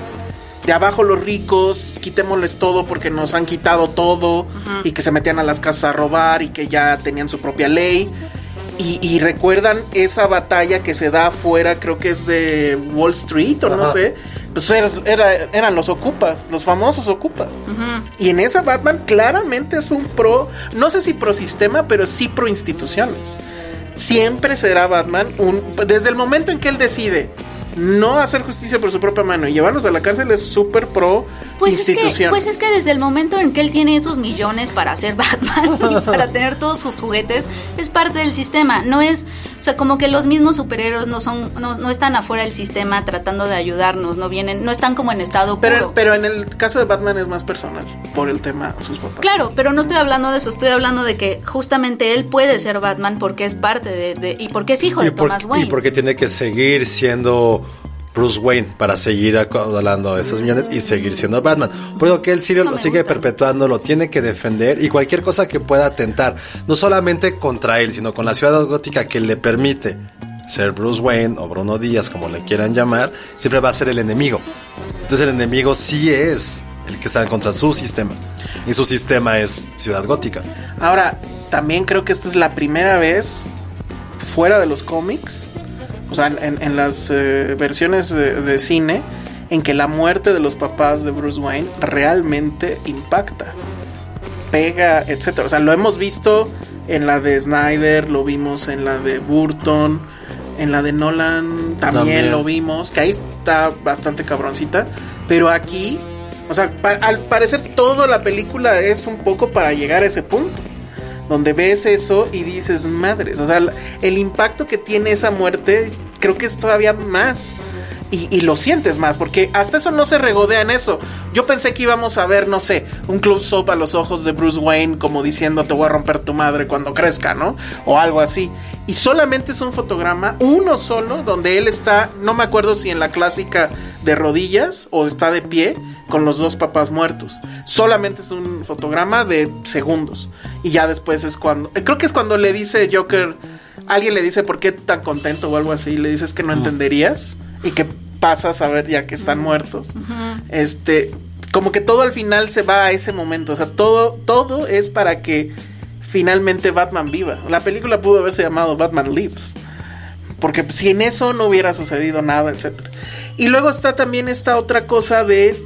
De abajo los ricos, quitémosles todo porque nos han quitado todo y que se metían a las casas a robar y que ya tenían su propia ley. Y, y recuerdan esa batalla que se da afuera, creo que es de Wall Street o no
Ajá.
sé. Pues eras- era- eran los ocupas, los famosos ocupas. Y en esa Batman claramente es un pro, no sé si pro sistema, pero sí pro instituciones. Siempre será Batman un... Desde el momento en que él decide no hacer justicia por su propia mano y llevarlos a la cárcel es súper pro
Pues es, que,
instituciones.
pues es que desde el momento en que él tiene esos millones para ser Batman y para tener todos sus juguetes, es parte del sistema. No es, o sea, como que los mismos superhéroes no son, no, no están afuera del sistema tratando de ayudarnos, no vienen, no están como en estado
pero,
puro.
pero en el caso de Batman es más personal por el tema sus papás.
Claro, pero no estoy hablando de eso, estoy hablando de que justamente él puede ser Batman porque es parte de, de- y porque es hijo
y,
de
por-
Thomas
y
Wayne.
porque tiene que seguir siendo Bruce Wayne para seguir acaudalando esos millones y seguir siendo Batman. Por lo que él sigue,
Eso me
lo sigue
gusta.
perpetuando, lo tiene que defender y cualquier cosa que pueda atentar, no solamente contra él, sino con la ciudad gótica que le permite ser Bruce Wayne o Bruno Díaz, como le quieran llamar, siempre va a ser el enemigo. Entonces el enemigo sí es el que está contra su sistema. Y su sistema es ciudad gótica.
Ahora, también creo que esta es la primera vez fuera de los cómics, o sea, en, en las eh, versiones de, de cine, en que la muerte de los papás de Bruce Wayne realmente impacta, pega, etcétera. O sea, lo hemos visto en la de Snyder, lo vimos en la de Burton, en la de Nolan también,
También.
lo vimos, que ahí está bastante cabroncita, pero aquí, o sea, pa- al parecer toda la película es un poco para llegar a ese punto donde ves eso y dices, madres, o sea, el- el impacto que tiene esa muerte creo que es todavía más. Y, y lo sientes más, porque hasta eso no se regodea en eso. Yo pensé que íbamos a ver, no sé, un close-up a los ojos de Bruce Wayne como diciendo te voy a romper tu madre cuando crezca, ¿no? O algo así. Y solamente es un fotograma, uno solo, donde él está, no me acuerdo si en la clásica de rodillas o está de pie con los dos papás muertos. Solamente es un fotograma de segundos. Y ya después es cuando. eh, Creo que es cuando le dice Joker. Alguien le dice por qué tan contento o algo así. Le dices que no entenderías. Y que pasas a ver ya que están muertos. Este. Como que todo al final se va a ese momento. O sea, todo, todo es para que finalmente Batman viva. La película pudo haberse llamado Batman Lives. Porque si en eso no hubiera sucedido nada, etc. Y luego está también esta otra cosa de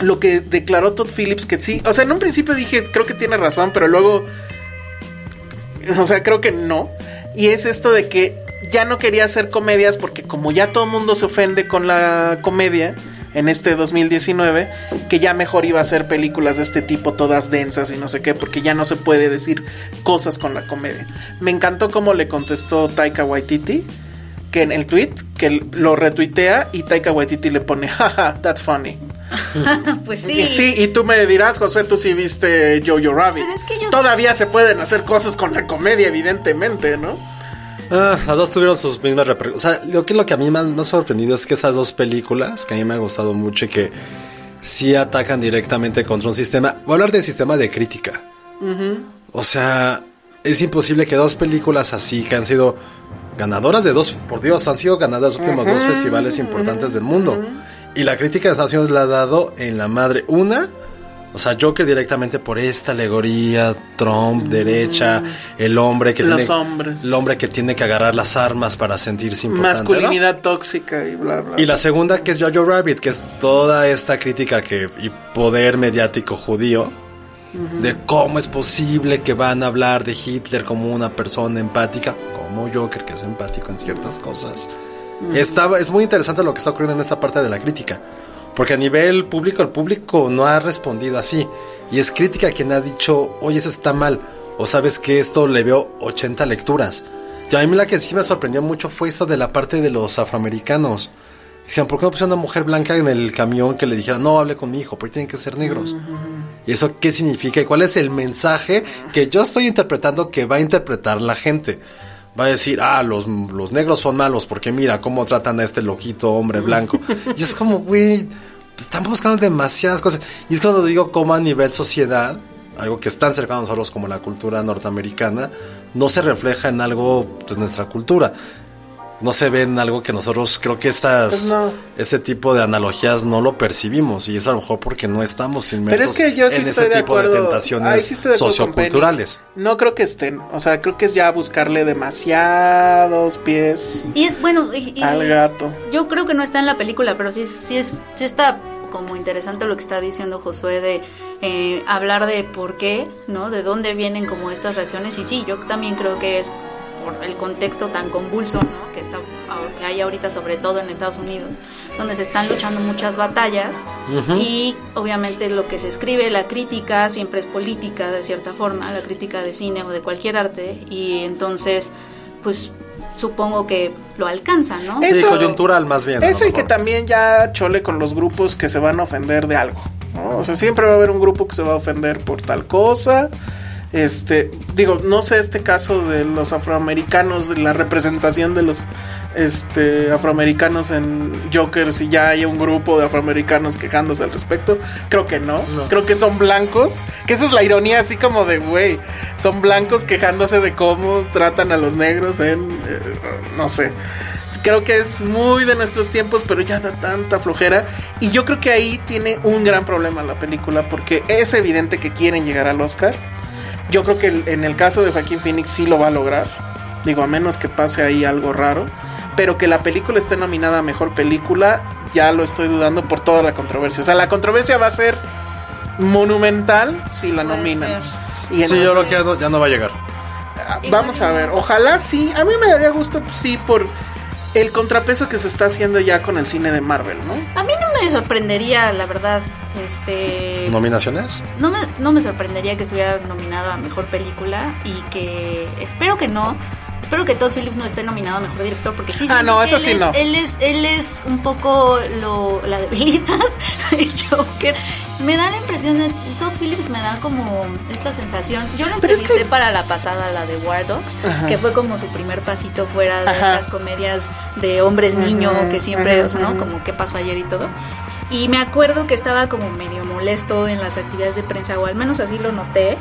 lo que declaró Todd Phillips, que sí, o sea, en un principio dije, creo que tiene razón, pero luego, o sea, creo que no. Y es esto de que ya no quería hacer comedias porque como ya todo el mundo se ofende con la comedia en este 2019, que ya mejor iba a hacer películas de este tipo todas densas y no sé qué, porque ya no se puede decir cosas con la comedia. Me encantó cómo le contestó Taika Waititi que en el tweet que lo retuitea y Taika Waititi le pone, jaja, that's funny.
pues
Y
sí.
sí, y tú me dirás, José, tú sí viste Jojo Rabbit.
Pero es que yo-
Todavía se pueden hacer cosas con la comedia, evidentemente, ¿no?
Ah, las dos tuvieron sus mismas repercusiones. O sea, lo que, lo que a mí más me ha sorprendido es que esas dos películas, que a mí me han gustado mucho y que sí atacan directamente contra un sistema. Voy a hablar del sistema de crítica. O sea, es imposible que dos películas así, que han sido ganadoras de dos, por Dios, han sido ganadas los últimos dos festivales importantes del mundo. Y la crítica de Estados Unidos la ha dado en la madre. Una, o sea, Joker directamente por esta alegoría, Trump, derecha, el hombre que
Los
tiene-
hombres.
el hombre que tiene que agarrar las armas para sentirse importante. ¿no?
Masculinidad tóxica y bla, bla.
Y
bla.
la segunda que es Jojo Rabbit, que es toda esta crítica que y poder mediático judío de cómo es posible que van a hablar de Hitler como una persona empática, como Joker que es empático en ciertas cosas. Estaba- es muy interesante lo que está ocurriendo en esta parte de la crítica. Porque a nivel público, el público no ha respondido así. Y es crítica quien ha dicho, oye, eso está mal. O sabes que esto le veo 80 lecturas. Y a mí la que sí me sorprendió mucho fue esta de la parte de los afroamericanos. Decían, ¿por qué no pusieron una mujer blanca en el camión que le dijera, no hable con mi hijo, porque tienen que ser negros? ¿Y eso qué significa? ¿Y cuál es el mensaje que yo estoy interpretando que va a interpretar la gente? Va a decir, ah, los, los negros son malos porque mira cómo tratan a este loquito hombre blanco. Y es como, güey, están buscando demasiadas cosas. Y es cuando digo como a nivel sociedad, algo que es tan cercano a nosotros como la cultura norteamericana, no se refleja en algo pues, nuestra cultura. No se ve en algo que nosotros creo que estas
Pues no.
ese tipo de analogías no lo percibimos y eso a lo mejor porque no estamos inmersos
Pero es que yo sí
en
estoy
ese
de
tipo
acuerdo.
de tentaciones
Ahí sí estoy de acuerdo con Penny.
socioculturales.
No creo que estén. O sea, creo que es ya buscarle demasiados pies
Y es bueno. y- y-
al gato.
Yo creo que no está en la película, pero sí, es- sí, es, sí está como interesante lo que está diciendo Josué de eh, hablar de por qué, ¿no? De dónde vienen como estas reacciones. Y sí, yo también creo que es por el contexto tan convulso, ¿no? Que, está, que hay ahorita, sobre todo en Estados Unidos, donde se están luchando muchas batallas. Y obviamente lo que se escribe, la crítica, siempre es política de cierta forma, la crítica de cine o de cualquier arte. Y entonces, pues supongo que lo alcanza, ¿no?
Sí,
Eso-
coyuntural más bien. a lo
Eso y que
mejor.
también ya chole con los grupos que se van a ofender de algo. ¿no? O sea, siempre va a haber un grupo que se va a ofender por tal cosa. Este, digo, no sé este caso de los afroamericanos, de la representación de los este, afroamericanos en Joker, si ya hay un grupo de afroamericanos quejándose al respecto. Creo que no. Creo que son blancos. Que esa es la ironía, así como de, güey, son blancos quejándose de cómo tratan a los negros en, eh, no sé creo que es muy de nuestros tiempos, pero ya da tanta flojera. Y yo creo que ahí tiene un gran problema la película, porque es evidente que quieren llegar al Oscar. Yo creo que el- en el caso de Joaquín Phoenix sí lo va a lograr. Digo, a menos que pase ahí algo raro. Pero que la película esté nominada a mejor película, ya lo estoy dudando por toda la controversia. O sea, la controversia va a ser monumental si la
Puede
nominan.
ser.
Y
Sí, yo
entonces-
creo que ya no, ya no va a llegar.
Vamos a ver, ojalá sí. A mí me daría gusto, pues, sí, por el contrapeso que se está haciendo ya con el cine de Marvel, ¿no?
A mí no me sorprendería, la verdad, este... No.
¿Nominaciones?
me, no me sorprendería que estuviera nominado a Mejor Película y que... Espero que no. Espero que Todd Phillips no esté nominado a Mejor Director porque sí.
Ah,
siento
no,
que
eso
él
sí
es-
no.
Él es, él es un poco lo, la debilidad de Joker. Me da la impresión de... Todd Phillips me da como esta sensación. Yo lo
Pero es
entrevisté para la pasada, la de War Dogs, que fue como su primer pasito fuera de
Ajá.
estas comedias de hombres niño que siempre, o sea, ¿no? Como qué pasó ayer y todo. Y me acuerdo que estaba como medio molesto en las actividades de prensa, o al menos así lo noté,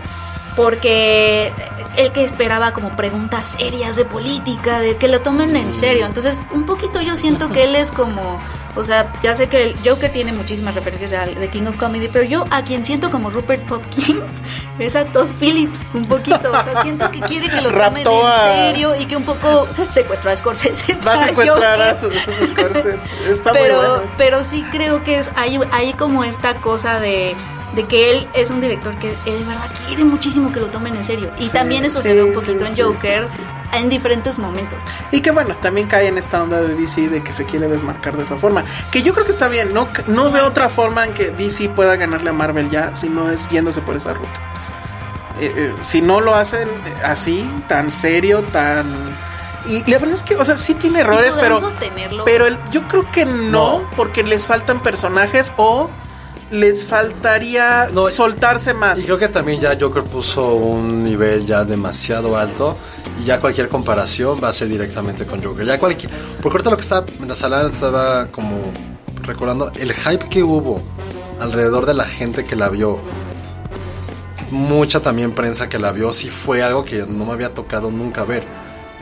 porque el que esperaba como preguntas serias de política, de que lo tomen
Mm.
en serio. Entonces, un poquito yo siento que él es como, o sea, ya sé que el Joker tiene muchísimas referencias al de King of Comedy, pero yo a quien siento como Rupert Popkin es a Todd Phillips, un poquito. O sea, siento que quiere que lo tomen
Raptó a-
en serio y que un poco secuestró a Scorsese.
Va a
para
secuestrar a
Joker
sus sus escorces. Está
pero,
muy bueno. eso.
pero sí creo que es, hay, hay como esta cosa de, de que él es un director que eh, de verdad quiere muchísimo que lo tomen en serio. Y
Sí,
también eso se
sí,
ve un
sí,
poquito
sí,
en Joker
sí,
en diferentes momentos.
Y que bueno, también cae en esta onda de DC de que se quiere desmarcar de esa forma. Que yo creo que está bien, no, no veo otra forma en que DC pueda ganarle a Marvel ya si no es yéndose por esa ruta. Eh, eh, si no lo hacen así, tan serio, tan... Y la verdad es que, o sea, sí tiene errores,
podrán
pero...
sostenerlo.
Pero el- yo creo que no,
No.
porque les faltan personajes o les faltaría
No,
soltarse más.
Y creo que también ya Joker puso un nivel ya demasiado alto y ya cualquier comparación va a ser directamente con Joker. Ya cualquier, porque ahorita lo que estaba en la sala estaba como recordando el hype que hubo alrededor de la gente que la vio. Mucha también prensa que la vio, sí fue algo que no me había tocado nunca ver.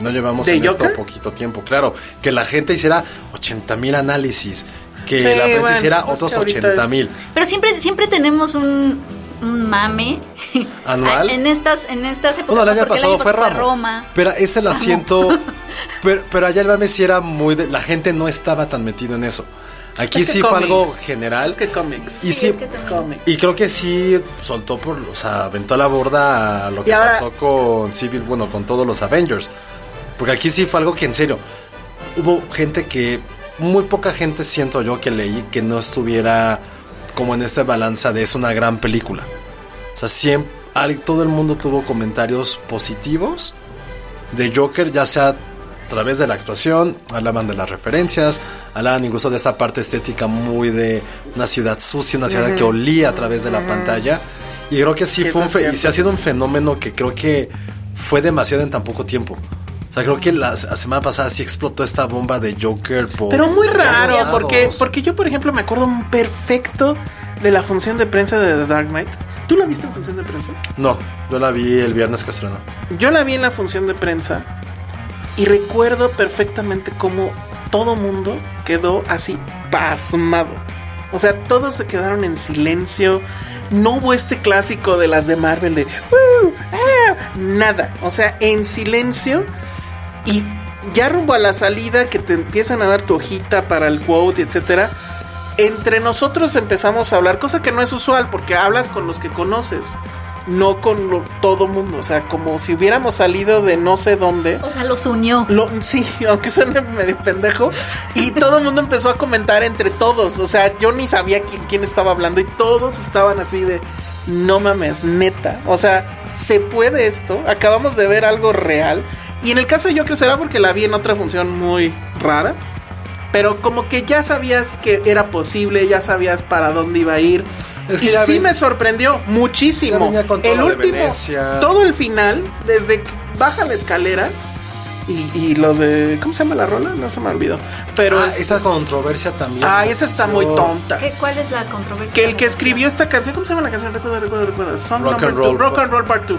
No llevamos
¿De
en esto
Joker?
poquito tiempo, claro. Que la gente hiciera 80 mil análisis, que
Sí,
la prensa
bueno,
hiciera
es que
otros
ahorita
80
es-
mil.
Pero siempre, siempre tenemos un, un mame
¿Anual?
en estas, en estas épocas.
Bueno, el
¿no?
año
Porque
pasado fue
pasado
Roma. Pero ese el asiento. pero, pero allá el mame sí era muy. de- la gente no estaba tan metido en eso. Aquí
Es que
sí fue
cómics.
algo general.
Es que cómics.
Sí,
Y sí.
es que también.
Cómics.
y creo que sí soltó por, o sea, aventó a la borda a lo
Y
que
ahora-
pasó con Civil, bueno, con todos los Avengers. Porque aquí sí fue algo que en serio hubo gente que muy poca gente siento yo que leí que no estuviera como en esta balanza de es una gran película. O sea, siempre, todo el mundo tuvo comentarios positivos de Joker, ya sea a través de la actuación, hablaban de las referencias, hablaban incluso de esta parte estética muy de una ciudad sucia, una ciudad que olía a través de la pantalla. Y creo que sí
Eso
fue un
es
fe- y
cierto.
sí ha sido un fenómeno que creo que fue demasiado en tan poco tiempo. O sea, creo que la, la semana pasada sí explotó esta bomba de Joker por
Pero muy
todos
raro,
lados.
porque, porque yo, por ejemplo, me acuerdo perfecto de la función de prensa de The Dark Knight. ¿Tú la viste en función de prensa?
No, yo la vi el viernes que estrenó.
Yo la vi en la función de prensa y recuerdo perfectamente cómo todo mundo quedó así pasmado. O sea, todos se quedaron en silencio. No hubo este clásico de las de Marvel de "Uh, ah", nada. O sea, en silencio y ya rumbo a la salida que te empiezan a dar tu hojita para el quote, etcétera. Entre nosotros empezamos a hablar, cosa que no es usual porque hablas con los que conoces, no con lo- todo mundo. O sea, como si hubiéramos salido de no sé dónde.
O sea, los unió.
Lo- sí, aunque suene medio pendejo. Y todo el mundo empezó a comentar entre todos. O sea, yo ni sabía quién, quién estaba hablando y todos estaban así de, no mames, neta. O sea, ¿se puede esto? Acabamos de ver algo real. Y en el caso de Joker será porque la vi en otra función muy rara. Pero como que ya sabías que era posible, ya sabías para dónde iba a ir.
Es que
y
ya
sí
ven-
me sorprendió
ya
muchísimo.
venía con todo
El
lo de
último,
Venecia.
todo el final, desde que baja la escalera, y, y lo de. ¿Cómo se llama la rola? No se me olvidó. Pero.
Ah,
es-
esa controversia también.
ah, esa está muy
Yo-
tonta.
¿Qué- ¿Cuál es la controversia?
Que el que escribió esta canción. ¿Cómo se llama la canción? Recuerda, recuerda, recuerda. Song
Rock and
number two,
Roll.
Rock and Roll Part 2.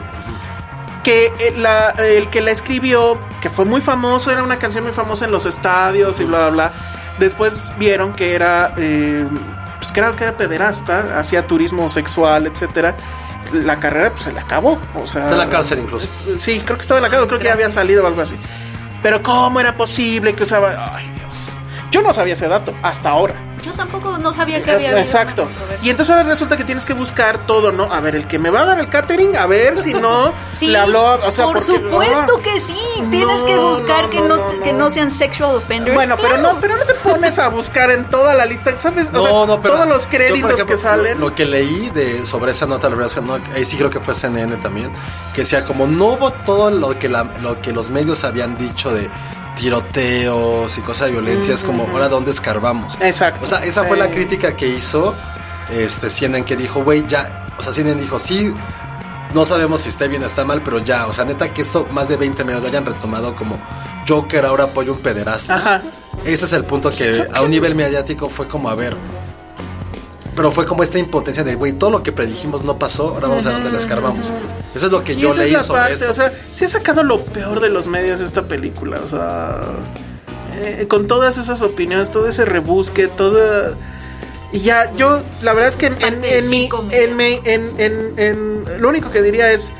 Que eh, la- el que la escribió, que fue muy famoso, era una canción muy famosa en los estadios y bla, bla, bla. Después vieron que era. eh, pues creo que era pederasta, hacía turismo sexual, etcétera. La carrera pues se le acabó. O sea,
Está en la cárcel incluso.
Pues, Sí, creo que estaba en la casa, creo que ya había salido o algo así. Pero ¿cómo era posible que usaba... Ay, Dios. Yo no sabía ese dato hasta ahora.
Yo tampoco no sabía que había habido
Eh, Exacto.
una controversia.
Y entonces ahora resulta que tienes que buscar todo, ¿no? A ver, el que me va a dar el catering, a ver si no
Sí,
le habló... O sea,
por
porque-
supuesto
ah.
que sí. Tienes
No,
que buscar
no,
que,
no,
no,
no,
que
no.
no sean sexual offenders.
Bueno, pero
Claro.
no, pero no te pones a buscar en toda la lista, ¿sabes? O
No,
sea,
no, pero
todos los
yo, por
créditos
ejemplo,
que salen.
Lo, lo que leí de sobre esa nota, la verdad es que no, ahí sí creo que fue CNN también, que sea como no hubo todo lo que, la- lo que los medios habían dicho de tiroteos y cosas de violencia, es como ahora dónde escarbamos.
Mm. Exacto.
O sea, esa
Sí.
fue la crítica que hizo este CNN que dijo, güey, ya, o sea, CNN dijo, sí, no sabemos si está bien o está mal, pero ya, o sea, neta que eso más de 20 minutos lo hayan retomado como Joker ahora apoya un pederasta.
Ajá.
Ese es el punto que a un nivel mediático fue como a ver. Pero fue como esta impotencia de, güey, todo lo que predijimos no pasó, ahora vamos a ver dónde la escarbamos. Eso es lo que
Y
yo
esa
leí
es la
sobre
parte,
esto.
O sea, se ha sacado lo peor de los medios esta película. O sea, eh, con todas esas opiniones, todo ese rebusque, todo. Y ya, yo, la verdad es que en, en,
Parte
en mi-
cinco
en mi- en- en- en- Lo único que diría es.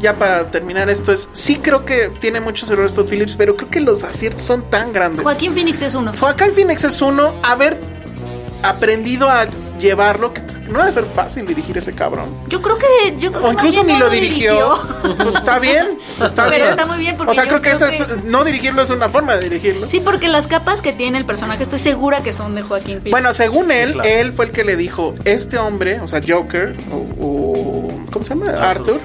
Ya para terminar esto es. Sí, creo que tiene muchos errores Todd Phillips, pero creo que los aciertos son tan grandes.
Joaquín Phoenix es uno.
Joaquín Phoenix es uno, haber aprendido a llevarlo, que no va a ser fácil dirigir ese cabrón.
Yo creo que. Yo creo que
O
más
incluso
bien
ni
no
lo dirigió. Pues está bien. pues está
Pero
bien.
está muy bien porque
O sea,
yo
creo que,
creo
eso
que-
es- no dirigirlo es una forma de dirigirlo.
Sí, porque las capas que tiene el personaje estoy segura que son de Joaquín Phoenix.
Bueno, según él,
claro.
él fue el que le dijo, este hombre, o sea, Joker, o, o- ¿cómo se llama? Arthur,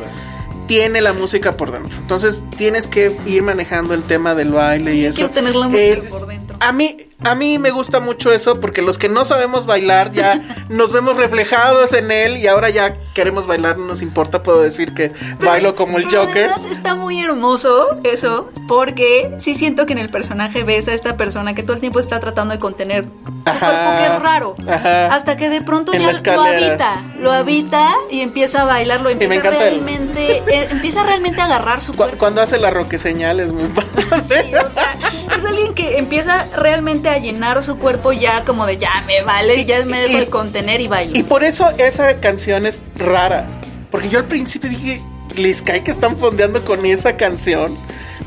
tiene la música por dentro. Entonces tienes que ir manejando el tema del baile y eso.
Quiero tener la música
Él-
por dentro.
A mí, a mí me gusta mucho eso porque los que no sabemos bailar ya nos vemos reflejados en él y ahora ya queremos bailar, no nos importa, puedo decir que bailo como el
Pero
Joker.
Además está muy hermoso eso, porque sí siento que en el personaje ves a esta persona que todo el tiempo está tratando de contener su
Ajá,
cuerpo, que es raro.
ajá.
Hasta que de pronto
En
ya
la
lo
escalera.
habita, lo habita y empieza a bailar, lo
me
empieza
encanta el-
realmente, eh, empieza realmente a agarrar su
Cu-
cuerpo.
Cuando hace la roque señal es muy padre.
Sí, o sea, es alguien que empieza realmente a llenar su cuerpo ya como de ya me vale, ya me dejo
y-
de contener y bailo.
Y por eso esa canción es rara. Porque yo al principio dije, les cae que están fondeando con esa canción.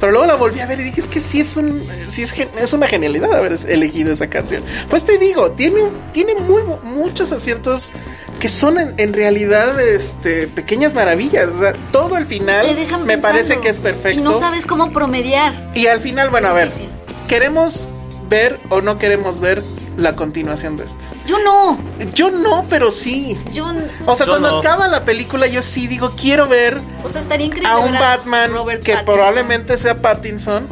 Pero luego la volví a ver y dije, es que sí es un sí es, gen- es una genialidad haber es- elegido esa canción. Pues te digo, tiene, tiene muy, bu- muchos aciertos que son en, en realidad este, pequeñas maravillas. O sea, todo el final
Te dejan
me
pensando.
parece que es perfecto.
Y no sabes cómo promediar.
Y al final, bueno, a ver,
Difícil.
queremos ver o no queremos ver la continuación de esto.
Yo no.
Yo no, pero sí.
Yo n-
O sea,
Yo
cuando
no.
acaba la película, yo sí digo, quiero ver
O sea, estaría increíble.
a un
ver
Batman
Robert
que
Pattinson.
probablemente sea Pattinson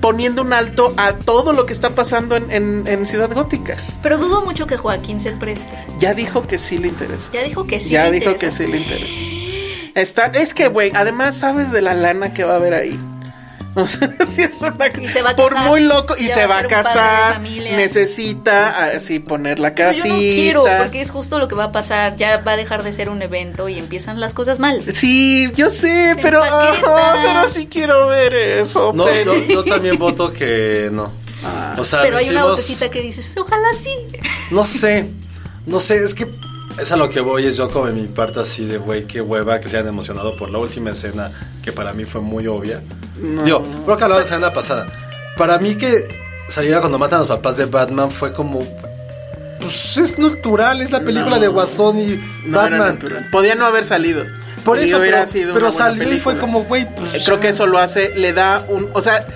poniendo un alto a todo lo que está pasando en, en- en Ciudad Gótica.
Pero dudo mucho que Joaquín se preste.
Ya dijo que sí le interesa.
Ya dijo que sí.
ya
le
dijo
interesa.
que sí le interesa. Está, es que, güey, además sabes de la lana que va a haber ahí. O sea, si es una.
Y se va a
por
casar.
muy loco. Y
Ya
se va a
va a ser un padre de
casar.
familia.
Necesita así poner la
Pero
casita.
yo no quiero, porque es justo lo que va a pasar. Ya va a dejar de ser un evento y empiezan las cosas mal.
Sí, yo sé,
Se
pero.
empaqueta.
ajá, pero sí quiero ver eso.
No,
pero-
yo, yo también voto que no.
Ah.
O sea,
Pero hay una
recibos-
vocecita que dices, ojalá sí.
No sé, no sé, es que es a lo que voy, es yo como en mi parte así de, güey, qué hueva que se hayan emocionado por la última escena, que para mí fue muy obvia. Digo, creo que hablaba la semana pasada. Para mí que saliera cuando matan a los papás de Batman fue como... Pues es natural, es la película de Guasón y
No era
Batman.
natural. Podía no haber salido.
Por
Y
eso,
hubiera
pero,
sido
pero
una buena
salió y fue
película.
como, güey, pues...
Eh, Creo que eso lo hace, le da un. O sea,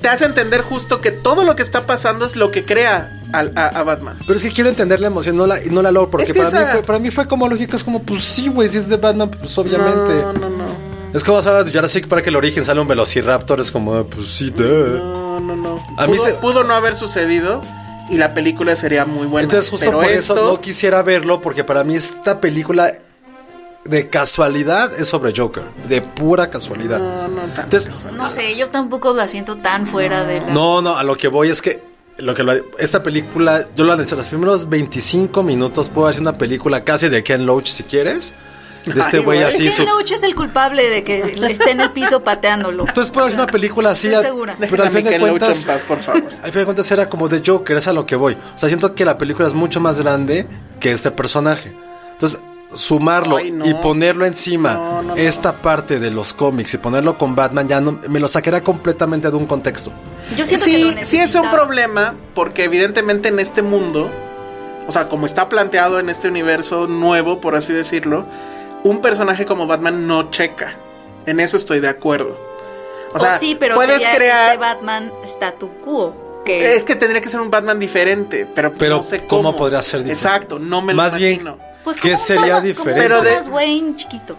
te hace entender justo que todo lo que está pasando es lo que crea al- a, a Batman.
Pero es que quiero entender la emoción, no la, no la logro, porque
Es que
para, mí
esa-
fue, para mí fue como lógico, es como, pues sí, güey, si es de Batman, pues obviamente.
No, no, no.
Es como vas a hablar de Jurassic Park, el origen sale un Velociraptor, es como, ah, pues sí, da.
No, no, no.
A
pudo,
mí se-
pudo no haber sucedido y la película sería muy buena.
Entonces justo
pero
por
esto,
eso no quisiera verlo, porque para mí esta película de casualidad es sobre Joker, de pura casualidad.
No, no, tan-
Entonces,
No sé, yo tampoco la siento tan fuera de la...
no, no, a lo que voy es que... Lo que lo- esta película, yo lo anuncio, los primeros 25 minutos puedo hacer una película casi de Ken Loach si quieres. De este
Ay,
güey
güey.
así,
Ken
su-
Loach es el culpable de que esté en el piso pateándolo.
Entonces puedo hacer una película así,
Estoy
a-
segura.
pero
Déjenme
al fin de
que luchen
cuentas,
paz, por favor.
al fin de cuentas era como de Joker, es a lo que voy. O sea, siento que la película es mucho más grande que este personaje. Entonces, sumarlo
Ay, no.
y ponerlo encima
No, no, no.
esta parte de los cómics y ponerlo con Batman ya no, me lo sacará completamente de un contexto.
Yo siento
sí,
que lo
sí es un
necesitaba.
problema porque evidentemente en este mundo, o sea, como está planteado en este universo nuevo, por así decirlo, un personaje como Batman no checa. En eso estoy de acuerdo. O
O
sea,
Oh, sí, pero
puedes
sería
crear... Eh,
este Batman statu quo. Que
Es que tendría que ser un Batman diferente, pero, pues
Pero
no sé
¿cómo podría ser diferente?
Exacto, no me lo
Más bien,
imagino.
Pues
¿qué
como un
sería
Thomas-
diferente?
Como
Pero
un
de-
Thomas Wayne chiquito.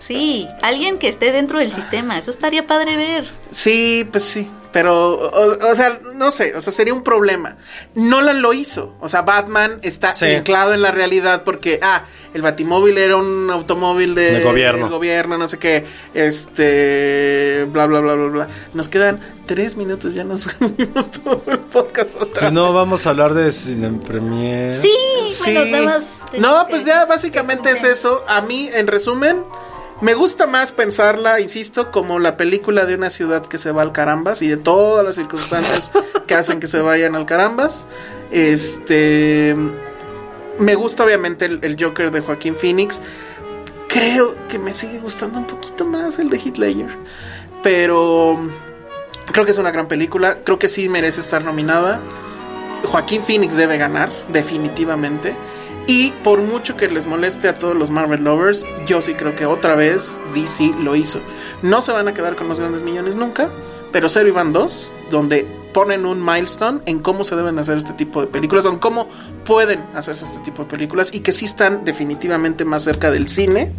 Sí, alguien que esté dentro del sistema. Eso estaría padre ver.
Sí, pues sí. Pero, o, o sea, no sé, o sea, sería un problema. Nolan lo hizo. O sea, Batman está
Sí.
anclado en la realidad porque, ah, el Batimóvil era un automóvil de,
Del gobierno.
del gobierno, no sé qué. Este, bla, bla, bla, bla, bla. Nos quedan tres minutos, ya nos unimos todo el podcast otra
Y no vamos a hablar de cine premier.
Sí, bueno,
Sí.
nada más.
No,
tenemos
pues
que-
ya básicamente es
Ok.
eso. A mí, en resumen, me gusta más pensarla, insisto, como la película de una ciudad que se va al carambas y de todas las circunstancias que hacen que se vayan al carambas. Este. Me gusta, obviamente, el, el Joker de Joaquín Phoenix. Creo que me sigue gustando un poquito más el de Hitler. Pero. Creo que es una gran película. Creo que sí merece estar nominada. Joaquín Phoenix debe ganar, definitivamente. Y por mucho que les moleste a todos los Marvel lovers, yo sí creo que otra vez DC lo hizo. No se van a quedar con los grandes millones nunca, pero Zero y Van 2, donde ponen un milestone en cómo se deben hacer este tipo de películas, o en cómo pueden hacerse este tipo de películas, y que sí están definitivamente más cerca del cine,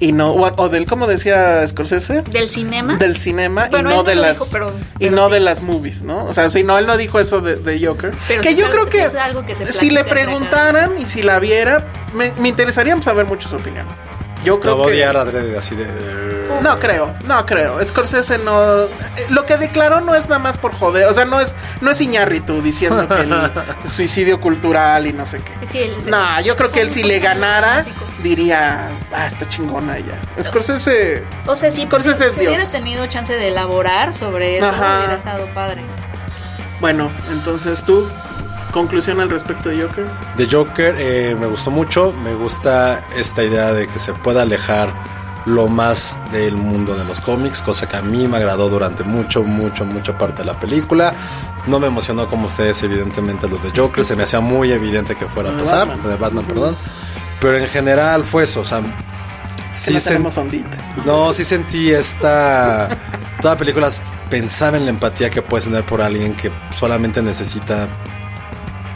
y no, o, o del, como decía Scorsese,
Del cinema.
del cinema
Bueno,
y
él
no
no
de
lo
las
dijo, pero-
y
pero
no
sí.
de las movies, ¿no? O sea, sí, no él no dijo eso de, de Joker,
Pero
que
sí es
yo
algo-
creo
sí
que,
es algo que se
si le
platica en la
preguntaran y si la viera, me, me interesaría saber mucho su opinión. Yo creo
Lo voy a
que
odiar adrede, así de.
no creo, no creo. Scorsese no. eh, Lo que declaró no es nada más por joder. O sea, no es, no es Iñárritu diciendo que el suicidio cultural y no sé qué.
Sí, él-
No, yo creo que él si le ganara
dramático.
diría, ah, está chingona ella. Scorsese.
O sea, si,
Scorsese es
si hubiera
Dios.
tenido chance de elaborar sobre eso,
Ajá.
hubiera estado padre.
Bueno, entonces tú, conclusión al respecto de Joker.
The Joker eh, me gustó mucho, me gusta esta idea de que se pueda alejar lo más del mundo de los cómics, cosa que a mí me agradó durante mucho, mucho, mucha parte de la película. No me emocionó como ustedes, evidentemente, los de Joker, se me hacía muy evidente que fuera a
De
pasar,
Batman.
de Batman, perdón. Pero en general fue eso, o sea,
Sí,
sí
no
sen-
tenemos ondita.
No, sí sentí esta. Toda película pensaba en la empatía que puedes tener por alguien que solamente necesita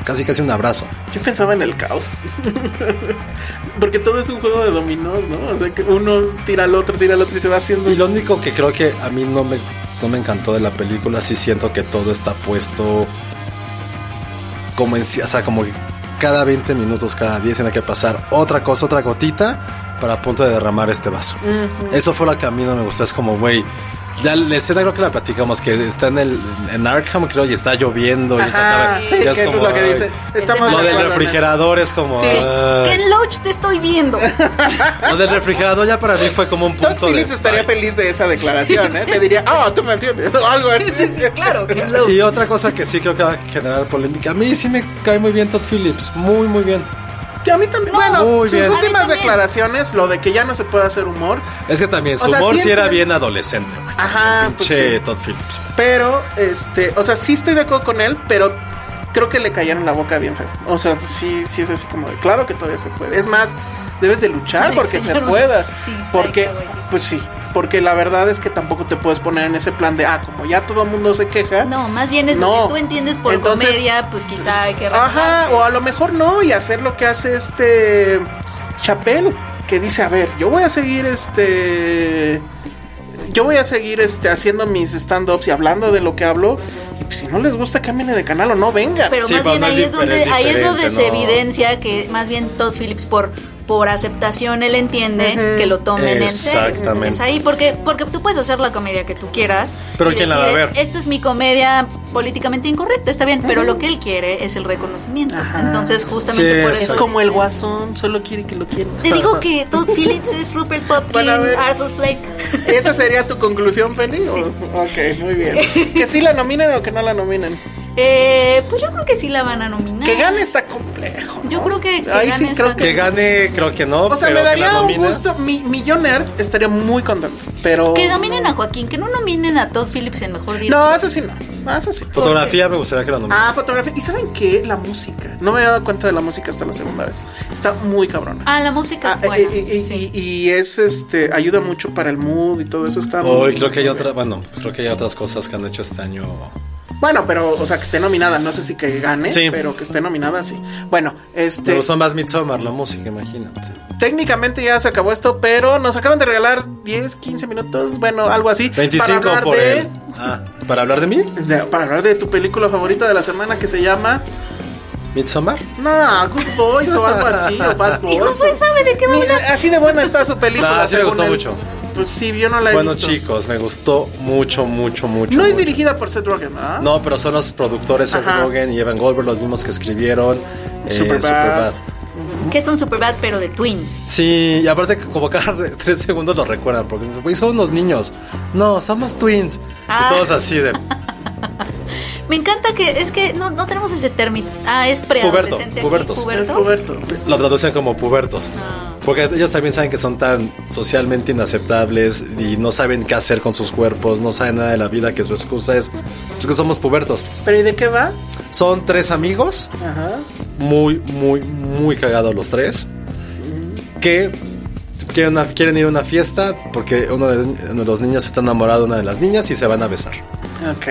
casi casi un abrazo.
Yo pensaba en el caos. Porque todo es un juego de dominós, ¿no? O sea, que uno tira al otro, tira al otro y se va haciendo.
Y lo único que creo que a mí no me, no me encantó de la película, sí siento que todo está puesto como en, sí- o sea, como que cada 20 minutos, cada 10 tiene que pasar otra cosa, otra gotita para a punto de derramar este vaso. Eso fue lo que a mí no me gustó, es como, güey, ya la escena creo que la platicamos, que está en el en Arkham creo y está lloviendo y se acaba-
Ajá, sí,
ya
que eso es
como,
lo que
ay,
dice. Estamos
Lo
de
del
acuerdo en eso.
refrigerador es como...
Sí.
ay.
Ken Loach, te estoy viendo.
Lo del refrigerador ya para mí fue como un
Todd
punto de...
Phillips estaría
ay.
feliz de esa declaración, ¿eh? Te diría, ah, tú me entiendes, o algo así.
Sí, sí, claro, Ken Loach.
Y otra cosa que sí creo que va a generar polémica. A mí sí me cae muy bien Todd Phillips. Muy, muy bien.
Que a mí también, bueno,
Muy
sus
bien.
A
últimas
mí también.
declaraciones, lo de que ya no se puede hacer humor,
Es que también su
O sea,
humor sí
siempre-
era bien adolescente. güey.
Ajá, pues
Pinche
sí.
Todd Phillips.
pero, este, o sea, sí estoy de acuerdo con él, pero creo que le cayeron la boca bien feo. O sea, sí, sí es así como de, claro que todavía se puede. Es más, debes de luchar
Le
porque se
cayeron-
pueda.
Sí,
porque,
Taika Waititi.
pues sí, porque la verdad es que tampoco te puedes poner en ese plan de, ah, como ya todo el mundo se queja.
No, más bien es
No.
lo que tú entiendes por
Entonces-
comedia, pues quizá hay que
Ajá,
relajarse.
o a lo mejor no, y hacer lo que hace este Chapel, que dice, a ver, yo voy a seguir este... Yo voy a seguir este, haciendo mis stand-ups y hablando de lo que hablo. Y pues, si no les gusta, cámbienle de canal o no vengan.
Pero
Sí,
más
pues,
bien
no es
ahí es,
dif-
donde,
pero es
ahí es donde se
diferente, ¿no?
evidencia que más bien Todd Phillips por por aceptación él entiende que lo tomen en serio.
Exactamente.
Es ahí porque porque tú puedes hacer la comedia que tú quieras.
Pero
y
¿quién la va a
decir,
ver?
Esta es mi comedia políticamente incorrecta, está bien, pero lo que él quiere es el reconocimiento.
Ajá.
Entonces justamente
Sí,
por
es
eso.
como el guasón, solo quiere que lo quieran.
Te digo que Todd Phillips es Rupert Pupkin,
Bueno, a ver.
Arthur Flake.
¿Esa sería tu conclusión, Penny?
Sí.
O- Ok, muy bien. Que sí la nominen o que no la nominen.
Eh, pues yo creo que sí la van a nominar.
Que gane está complejo. ¿no?
Yo creo que, que
Ahí
gane
sí
está-
creo
Que gane, creo que no.
O sea,
pero
me
que la
daría un
nomina.
gusto. Mi, mi John Nerd estaría muy contento. Pero.
Que nominen a Joaquín, que no nominen a Todd Phillips en mejor director.
No, eso sí no. No, eso sí.
Fotografía me gustaría que la nomine.
Ah, fotografía. ¿Y saben qué? La música. No me había dado cuenta de la música hasta la segunda vez. Está muy cabrona.
Ah, la música
Ah,
es buena.
y, y-
sí.
y- y es este. Ayuda mucho para el mood y todo eso. Está.
Hoy
Ah, muy-
Oh, creo que hay otra, bueno, creo que hay otras cosas que han hecho este año.
Bueno, pero, o sea, que esté nominada. No sé si que gane,
Sí.
pero que esté nominada, sí. Bueno,
Te
este.
gustó más Midsommar la música, imagínate.
Técnicamente ya se acabó esto, pero nos acaban de regalar 10, 15 minutos. Bueno, algo así. para
25
hablar
por
de-
él. Ah, ¿para hablar de mí?
de- para hablar de tu película favorita de la semana que se llama
Midsommar.
No, Good Boys o algo así, o Bad Boys.
Dijo, pues, ¿sabe de qué va a
Ni-
hablar?
Así de buena está su película.
Nah, sí me
según
gustó
él.
mucho.
Pues sí, yo no la he
Bueno,
visto.
chicos, me gustó mucho, mucho, mucho.
No es
mucho.
dirigida por Seth Rogen, ¿ah?
No, pero son los productores Seth
Ajá.
Rogen y Evan Goldberg, los mismos que escribieron eh,
Superbad.
Superbad.
Que es un Superbad, pero de Twins.
Sí, y aparte que como cada re- tres segundos lo recuerdan, porque dicen, güey, son unos niños. No, somos twins.
Ah.
Y todos así de...
Me encanta que es que no, no tenemos ese término. Ah, es preadolescente. aquí,
pubertos.
Es Roberto.
Lo traducen como pubertos. Porque ellos también saben que son tan socialmente inaceptables y no saben qué hacer con sus cuerpos, no saben nada de la vida, que su excusa es "Es que somos pubertos.
¿Pero y de qué va?
Son tres amigos
Ajá.
muy, muy, muy cagados los tres. Que quieren, a- quieren ir a una fiesta porque uno de, uno de los niños está enamorado de una de las niñas y se van a besar.
Ok.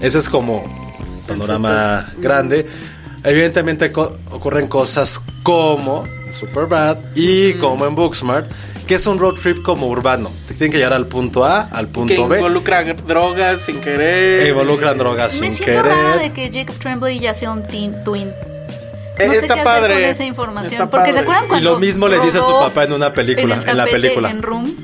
Ese es como panorama grande. Evidentemente co- ocurren cosas como en Superbad y como en Booksmart, que es un road trip como urbano. Te tienen que llegar al punto A, al
Que
punto B. e
involucra drogas sin querer.
Involucran drogas
Me
sin
siento rara de
querer.
que Jacob Tremblay ya sea un teen- twin.
Eh,
No sé
está
qué
padre.
hacer con esa información.
Está
porque se
padre.
acuerdan
Y
cuando
lo mismo le dice a su
rodó
papá en una película,
el
en la
tapete
película.
En Room.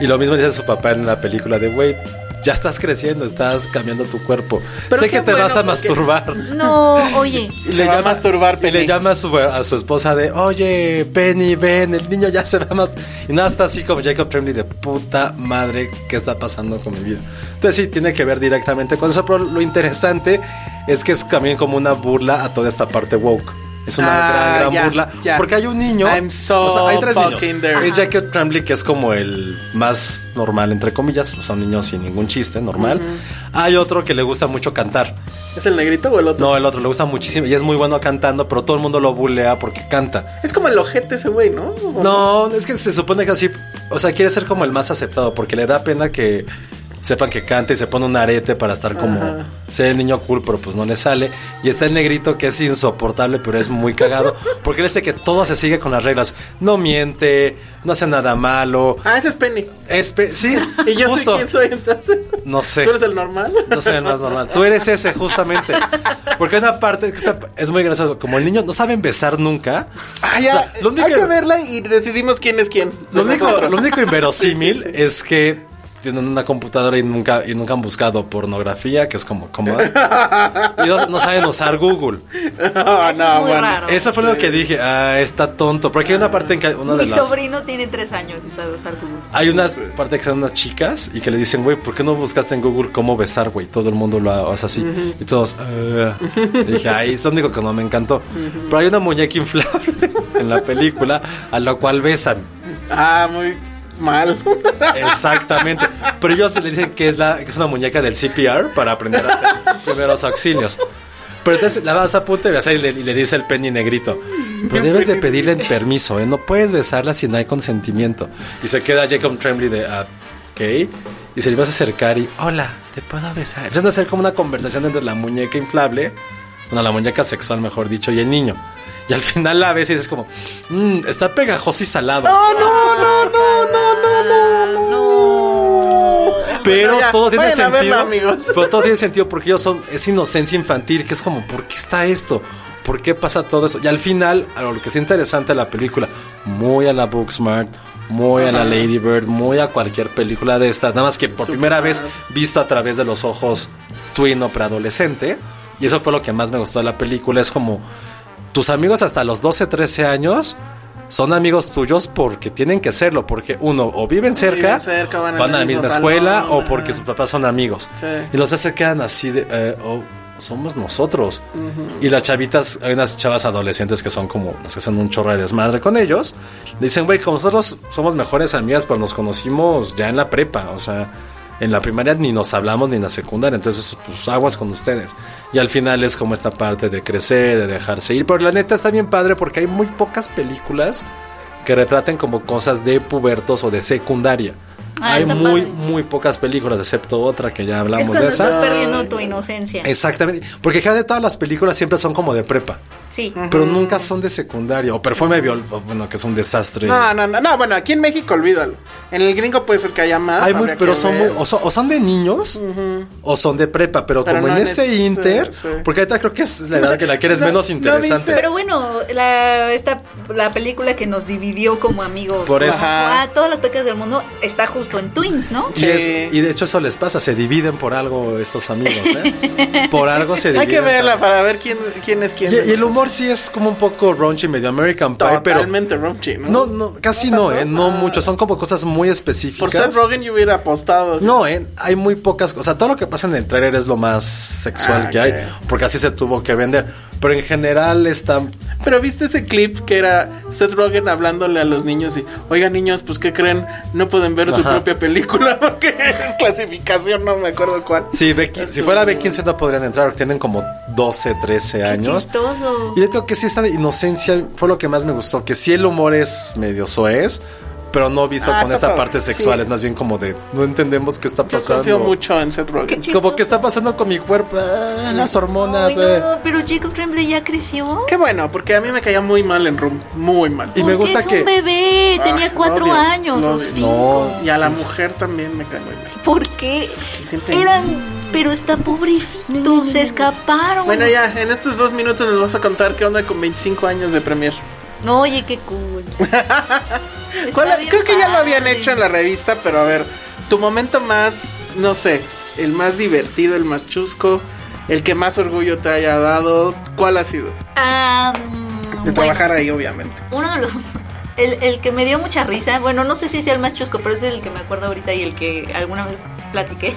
Y lo mismo dice su papá en la película de, wey, ya estás creciendo, estás cambiando tu cuerpo.
Pero
sé
qué
que te
bueno,
vas a
porque-
masturbar.
No, oye.
Y
Se va a masturbar,
y le
Penny.
llama a su, a su esposa de, oye, Penny, ven, el niño ya se va más. Y nada, está así como Jacob Tremblay de puta madre, ¿qué está pasando con mi vida? Entonces sí, tiene que ver directamente con eso, pero lo interesante es que es también como una burla a toda esta parte woke. Es una
Ah,
gran, gran
ya,
burla.
ya.
Porque hay un niño.
I'm so
o sea, hay tres
fucking
niños.
there.
Es Jacob Tremblay, que es como el más normal, entre comillas. O sea, un niño sin ningún chiste, normal. Hay otro que le gusta mucho cantar.
¿Es el negrito o el otro?
No, el otro le gusta muchísimo y es muy bueno cantando, pero todo el mundo lo bulea porque canta.
Es como el ojete ese güey, ¿no? ¿O
No, es que se supone que así O sea, quiere ser como el más aceptado porque le da pena que sepan que canta y se pone un arete para estar como ser el niño cool, pero pues no le sale. Y está el negrito que es insoportable, pero es muy cagado porque él es el que todo se sigue con las reglas. No miente, no hace nada malo.
Ah, ese es Penny.
Es pe- sí,
Y yo
justo.
sé quién soy entonces.
No sé.
¿Tú eres el normal?
No soy el más normal. Tú eres ese, justamente. Porque hay una parte que está- es muy gracioso. Como el niño no sabe besar nunca.
Ah,
o
ya.
sea, lo único
Hay
que-
que verla y decidimos quién es quién.
Lo
De
único,
nosotros.
lo único inverosímil es que tienen una computadora y nunca, y nunca han buscado pornografía, que es como cómoda. Y no, no saben usar Google.
Ah,
Eso es
no,
muy
bueno.
raro.
Eso fue lo que dije. Ah, está tonto. Porque hay una parte en que una de
Mi
las.
sobrino tiene tres años y sabe usar Google.
Hay una parte que son unas chicas y que le dicen, güey, ¿por qué no buscaste en Google cómo besar, güey? Todo el mundo lo hace así. Y todos, "Ah". Y dije, ay, es lo único que no me encantó. Pero hay una muñeca inflable en la película a la cual besan.
Ah, muy mal.
Exactamente. Pero ellos le dicen que es, la, que es una muñeca del CPR para aprender a hacer primeros auxilios. Pero entonces la vas a punto de besar y le, y le dice el penny negrito. Pero debes de pedirle el permiso, ¿eh? No puedes besarla si no hay consentimiento. Y se queda Jacob Tremblay de, ah, ok. Y se le vas a acercar y, hola, ¿te puedo besar? Empiezan a hacer como una conversación entre la muñeca inflable, bueno, la muñeca sexual, mejor dicho, y el niño. Y al final la ves y es como, "Mm, está pegajoso y salado. Pero
Bueno, ya,
todo tiene
vayan a
sentido.
verla, amigos.
Pero todo tiene sentido porque ellos son. Es inocencia infantil, que es como, ¿por qué está esto? ¿Por qué pasa todo eso? Y al final, a lo que es interesante de la película, muy a la Booksmart, muy a la Lady Bird, muy a cualquier película de estas, nada más que por primera vez vista a través de los ojos tuino preadolescente. Y eso fue lo que más me gustó de la película. Es como tus amigos hasta los 12, 13 años son amigos tuyos porque tienen que serlo, porque uno o viven cerca,
Viven cerca,
van,
van al
a la
mismo
misma
salón,
escuela o
ajá.
porque sus papás son amigos.
Sí.
Y los tres se quedan así de, eh, oh, somos nosotros. Y las chavitas, hay unas chavas adolescentes que son como las que hacen un chorro de desmadre con ellos. Le dicen, güey, como nosotros somos mejores amigas, pero nos conocimos ya en la prepa, o sea. En la primaria ni nos hablamos ni en la secundaria, entonces pues aguas con ustedes. Y al final es como esta parte de crecer, de dejarse ir. Pero la neta está bien padre porque hay muy pocas películas que retraten como cosas de pubertos o de secundaria.
Ah,
hay
está
muy,
padre.
muy pocas películas, excepto otra que ya
Es
hablamos
cuando
de
estás
esa.
perdiendo tu inocencia.
Exactamente, porque cada de todas las películas siempre son como de prepa,
Sí.
pero nunca son de secundaria. O Perfume de Viol, o bueno, que es un desastre.
No, no, no, no, bueno, aquí en México olvídalo. En el gringo puede ser que haya más.
Hay muy,
habría
pero
que
son muy,
ver.
o, son, o son de niños o son de prepa, pero,
Pero
como
no
en
en
ese
ese-
inter,
sí.
porque ahorita creo que es la edad que la quieres
No,
menos
no
interesante.
viste-
Pero bueno, la, esta, la película que nos dividió como amigos.
Por
como
eso.
Ajá.
a todas las pecas del mundo está justo en Twins, ¿no?
y, es-
Sí.
y de hecho eso les pasa, se dividen por algo estos amigos, ¿eh? por algo se dividen.
Hay que verla
por-
para ver quién, quién es quién.
Y, y el humor sí es como un poco raunchy, medio American Pie, pero
Totalmente raunchy, ¿no?
No, no, casi no, ¿eh? No mucho. Son como cosas muy
Por
específicas.
Seth Rogen yo hubiera apostado.
No, ¿eh? Hay muy pocas cosas. O sea, todo lo que pasa en el trailer es lo más sexual
Ah,
que hay.
ok.
Porque así se tuvo que vender. Pero en general está...
Pero viste ese clip que era Seth Rogen hablándole a los niños y, oigan niños, pues ¿qué creen? No pueden ver su
Ajá.
propia película porque es clasificación, no me acuerdo cuál.
Sí, B- si fuera B15 no podrían entrar. porque Tienen como 12, 13 años.
chistoso.
Y le tengo que sí, esta inocencia fue lo que más me gustó. Que sí, el humor es medio soez. Pero no visto
Ah,
con
está
esta
padre.
parte sexual.
Sí.
Es más bien como de... No entendemos qué está
Yo
pasando.
confío mucho en Seth Rogen.
Es como, ¿qué está pasando con mi cuerpo? Ah, las hormonas,
Ay, no,
eh.
pero Jacob Tremblay ya creció.
Qué bueno, porque a mí me caía muy mal en Room, muy mal.
Y
Porque
me gusta
es
que-
un bebé, tenía
Ah,
cuatro
lo odio,
años
lo
o
odio.
cinco.
Y a la mujer también me cae muy mal.
Porque
siempre-
eran... Pero está pobrecito, se escaparon.
Bueno, ya, en estos dos minutos les vas a contar qué onda con 25 años de Premier.
No, oye, qué cool.
¿Cuál-
Está bien
creo que ya lo habían
padre.
hecho en la revista, pero a ver, tu momento más, no sé, el más divertido, el más chusco, el que más orgullo te haya dado, ¿cuál ha sido?
Ah, mm,
De
bueno,
trabajar ahí, obviamente.
uno de los... El, el que me dio mucha risa, bueno, no sé si sea el más chusco, pero es el que me acuerdo ahorita y el que alguna vez platiqué.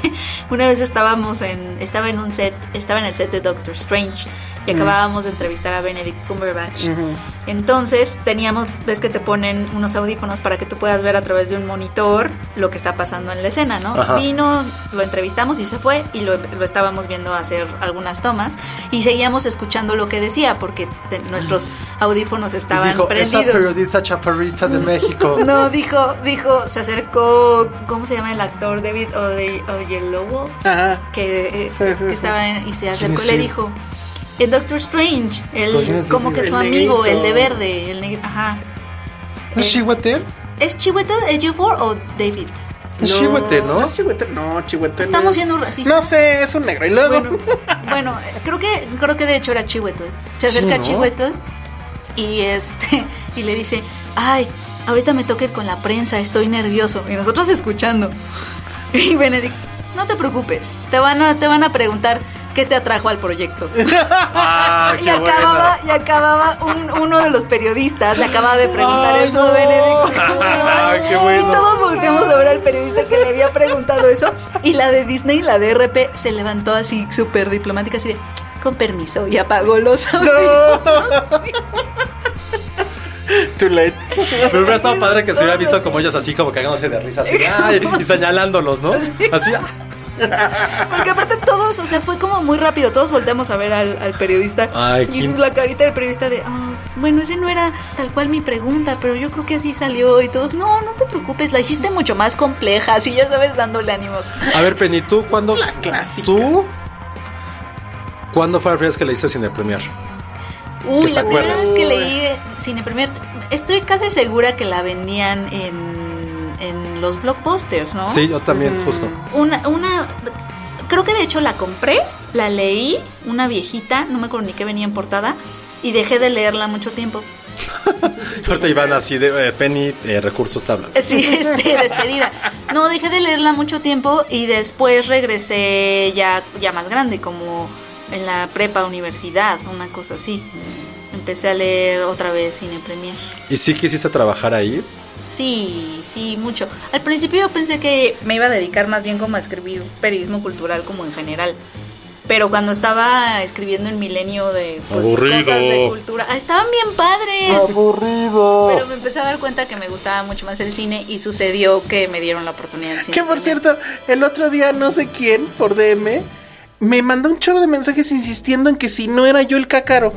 Una vez estábamos en... Estaba en un set, estaba en el set de Doctor Strange y acabábamos de entrevistar a Benedict Cumberbatch. Entonces teníamos, ves que te ponen unos audífonos para que tú puedas ver a través de un monitor lo que está pasando en la escena, ¿no?
Ajá.
Vino, lo entrevistamos y se fue y lo, lo estábamos viendo hacer algunas tomas y seguíamos escuchando lo que decía porque te- nuestros audífonos
Y
estaban
dijo, esa
prendidos.
periodista chaparrita de México.
No, dijo, dijo, se acercó, ¿cómo se llama el actor? David Oye- Oyelowo,
Ajá.
que, eh,
Sí, sí,
que
sí.
estaba en- y se acercó
es
y le
él?
dijo, el Doctor Strange,
Pues, ¿quién
el
es
como
David?
que su
El
amigo,
negrito.
el de verde, el negro, ajá.
¿Es Chihuahua?
¿Es Chiwetel, es Ejiofor o David?
Es Chihuahua, Pues ¿no?
es Chihuetel, no, Chihuetel
Estamos
es-
siendo racistas.
No sé, es un negro. Y luego.
Bueno, bueno, creo que creo que de hecho era Chihuetel. Se
Sí,
acerca
¿no?
Chihuetel y este y le dice, "Ay, ahorita me toca ir con la prensa, estoy nervioso." Y nosotros escuchando. Y Benedict, "No te preocupes. Te van a te van a preguntar qué te atrajo al proyecto."
Ah,
Y acababa, y acababa un- uno de los periodistas, le acababa de preguntar
Ay,
eso
no.
a Benedict.
Ah, qué bueno.
Y todos volteamos a ver al periodista que le había preguntado eso. Y la de Disney, la de RP, se levantó así súper diplomática, así de con permiso, y apagó los audífonos.
Too late.
Pero hubiera estado padre que se hubiera visto como ellos así, como cagándose de risa, así, ay, y señalándolos, ¿no? Así,
Porque aparte todos, o sea, fue como muy rápido. Todos volteamos a ver al, al periodista.
Ay,
y
¿quién-
la carita del periodista de, "Ah, bueno, ese no era tal cual mi pregunta, pero yo creo que así salió. Y todos, no, no te preocupes, la hiciste mucho más compleja. Así ya sabes, dándole ánimos.
a ver, Penny, ¿tú cuándo?
La clásica.
¿Tú? ¿Cuándo fue la primera vez que le hice cine premier? ¿Qué
Uy,
te
la primera
acuerdas?
vez que leí Cine Premier, estoy casi segura que la vendían en, en los blockbusters, ¿no?
Sí, yo también, justo.
Una, una, creo que de hecho la compré, la leí, una viejita, no me acuerdo ni qué venía en portada, y dejé de leerla mucho tiempo.
Ahorita iban así de eh, Penny, eh, recursos tabla.
Sí, este, despedida. No, dejé de leerla mucho tiempo y después regresé ya, ya más grande, como en la prepa universidad, una cosa así. Empecé a leer otra vez Cine Premier.
¿Y sí quisiste trabajar ahí?
Sí, sí, mucho. Al principio yo pensé que me iba a dedicar más bien como a escribir periodismo cultural como en general. Pero cuando estaba escribiendo el milenio de pues,
Aburrido.
cosas de cultura, ah, estaban bien padres.
¡Aburrido!
Pero me empecé a dar cuenta que me gustaba mucho más el cine y sucedió que me dieron la oportunidad. en cine
Que por
también.
cierto, el otro día no sé quién, por DM, me mandó un chorro de mensajes insistiendo en que si no era yo el cácaro.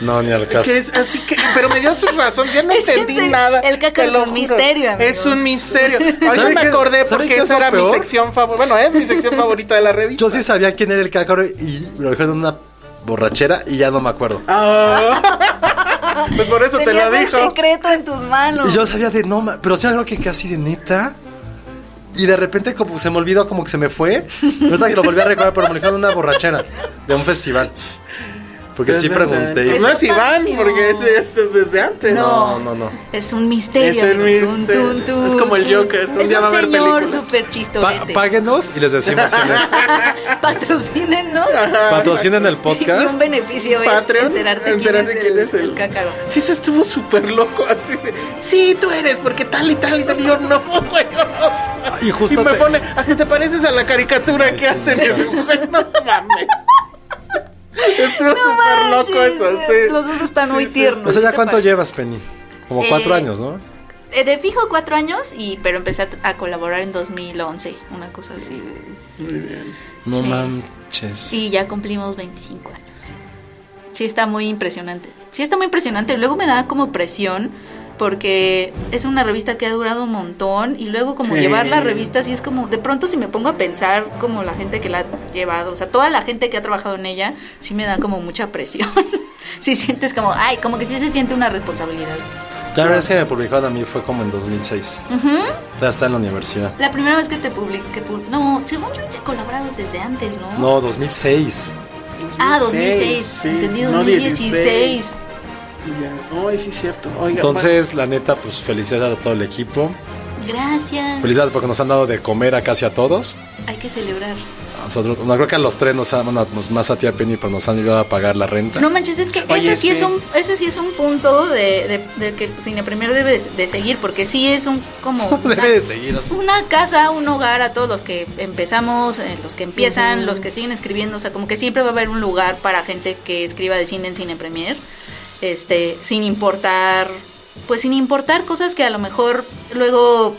No, ni al caso.
Que es así que, pero me dio su razón, ya no
Es en
entendí
serio,
nada.
el Cácaro
te lo
es un
juro.
misterio, amigos.
Es un misterio. Ahorita
¿Saben
me
qué-
acordé
saben
porque
qué es
esa
lo
era mi
peor?
sección favorita. Bueno, es mi sección favorita de la revista.
Yo sí sabía quién era el cácaro y me lo dijeron en una borrachera y ya no me acuerdo.
Ah. pues por eso te
Tenías
lo
el
dijo.
secreto en tus manos.
Y yo sabía de no, ma- pero sí me acuerdo que casi de neta. Y de repente como se me olvidó, como que se me fue. Y ahorita que lo volví a recordar, pero me lo dijeron en una borrachera de un festival. Porque sí pregunté.
Pues
y-
no
Está
es Iván,
padrísimo.
porque es, es desde antes.
No, no, no.
Es un misterio.
Es un
amigo. Tun,
misterio.
tun, tun,
Es como el
tun.
Joker. Un
Es
día va a
un
haber
señor
película.
súper
Pa-
chistorete.
páguenos y les decimos quién es.
Patrocínenos.
Patrocinen el
Y
podcast.
un beneficio es
Patreon,
enterarte,
enterarse
quién, es el, el cácaro.
Sí, eso estuvo súper loco, así de, sí, tú eres, porque tal y tal y tal, y yo no, güey, yo no sé".
Y justo
me
te-
pone, hasta te pareces a la caricatura que
sí,
hacen,
ya
ese
sé.
güey, no mames. Estuvo súper
manches,
loco eso, sí.
los dos están muy
O
tiernos.
sea, ¿ya
¿Qué
cuánto
te parece?
llevas, Penny? Como cuatro
Eh,
años, ¿no?
Eh, De fijo cuatro años, y pero empecé a, a colaborar en 2011, una cosa así.
No
sí.
manches.
Y ya cumplimos 25 años. Sí, está muy impresionante. Sí, está muy impresionante. Luego me da como presión porque es una revista que ha durado un montón y luego como
Sí.
llevar la revista así es como de pronto si me pongo a pensar como la gente que la ha llevado, o sea, toda la gente que ha trabajado en ella, sí me da como mucha presión. sí sientes como, ay, como que sí se siente una responsabilidad.
La verdad es que me publicaron a mí fue como en 2006. Ya está en la universidad.
La primera vez que te publiqué, que pub- no, según yo ya colaborabas desde antes, ¿no?
No, 2006.
Ah, 2006,
2006, sí,
entendí,
no
2016.
Ya, Ay, sí, cierto. Oiga,
Entonces, la neta, pues felicidades a todo el equipo.
Gracias.
Felicidades porque nos han dado de comer a casi a todos.
Hay que celebrar.
Nosotros, no creo que a los tres nos han, bueno, nos- más a ti a Penny, pero nos han ayudado a pagar la renta.
No manches, es que
Oye,
ese
sí.
sí, es un, ese sí es un punto de, de- de que Cine Premier debe de, de seguir, porque sí es un como una,
Debe de seguir a su-
una casa, un hogar a todos los que empezamos, eh, los que empiezan, los que siguen escribiendo, o sea, como que siempre va a haber un lugar para gente que escriba de cine en Cine Premier, este, sin importar, pues sin importar cosas que a lo mejor luego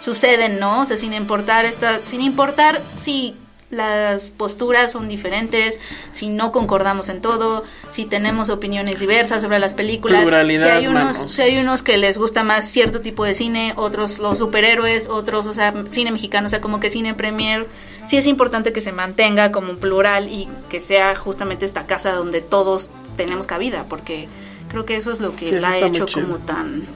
suceden, ¿no? O sea, sin importar esta, sin importar si las posturas son diferentes, si no concordamos en todo, si tenemos opiniones diversas sobre las películas,
Pluralidad,
si hay unos,
manos.
si hay unos que les gusta más cierto tipo de cine, otros los superhéroes, otros, o sea, cine mexicano, o sea, como que cine premier, sí es importante que se mantenga como plural y que sea justamente esta casa donde todos tenemos cabida, porque creo que eso es lo que
Sí, eso
la ha
está muy
hecho
chido.
como tan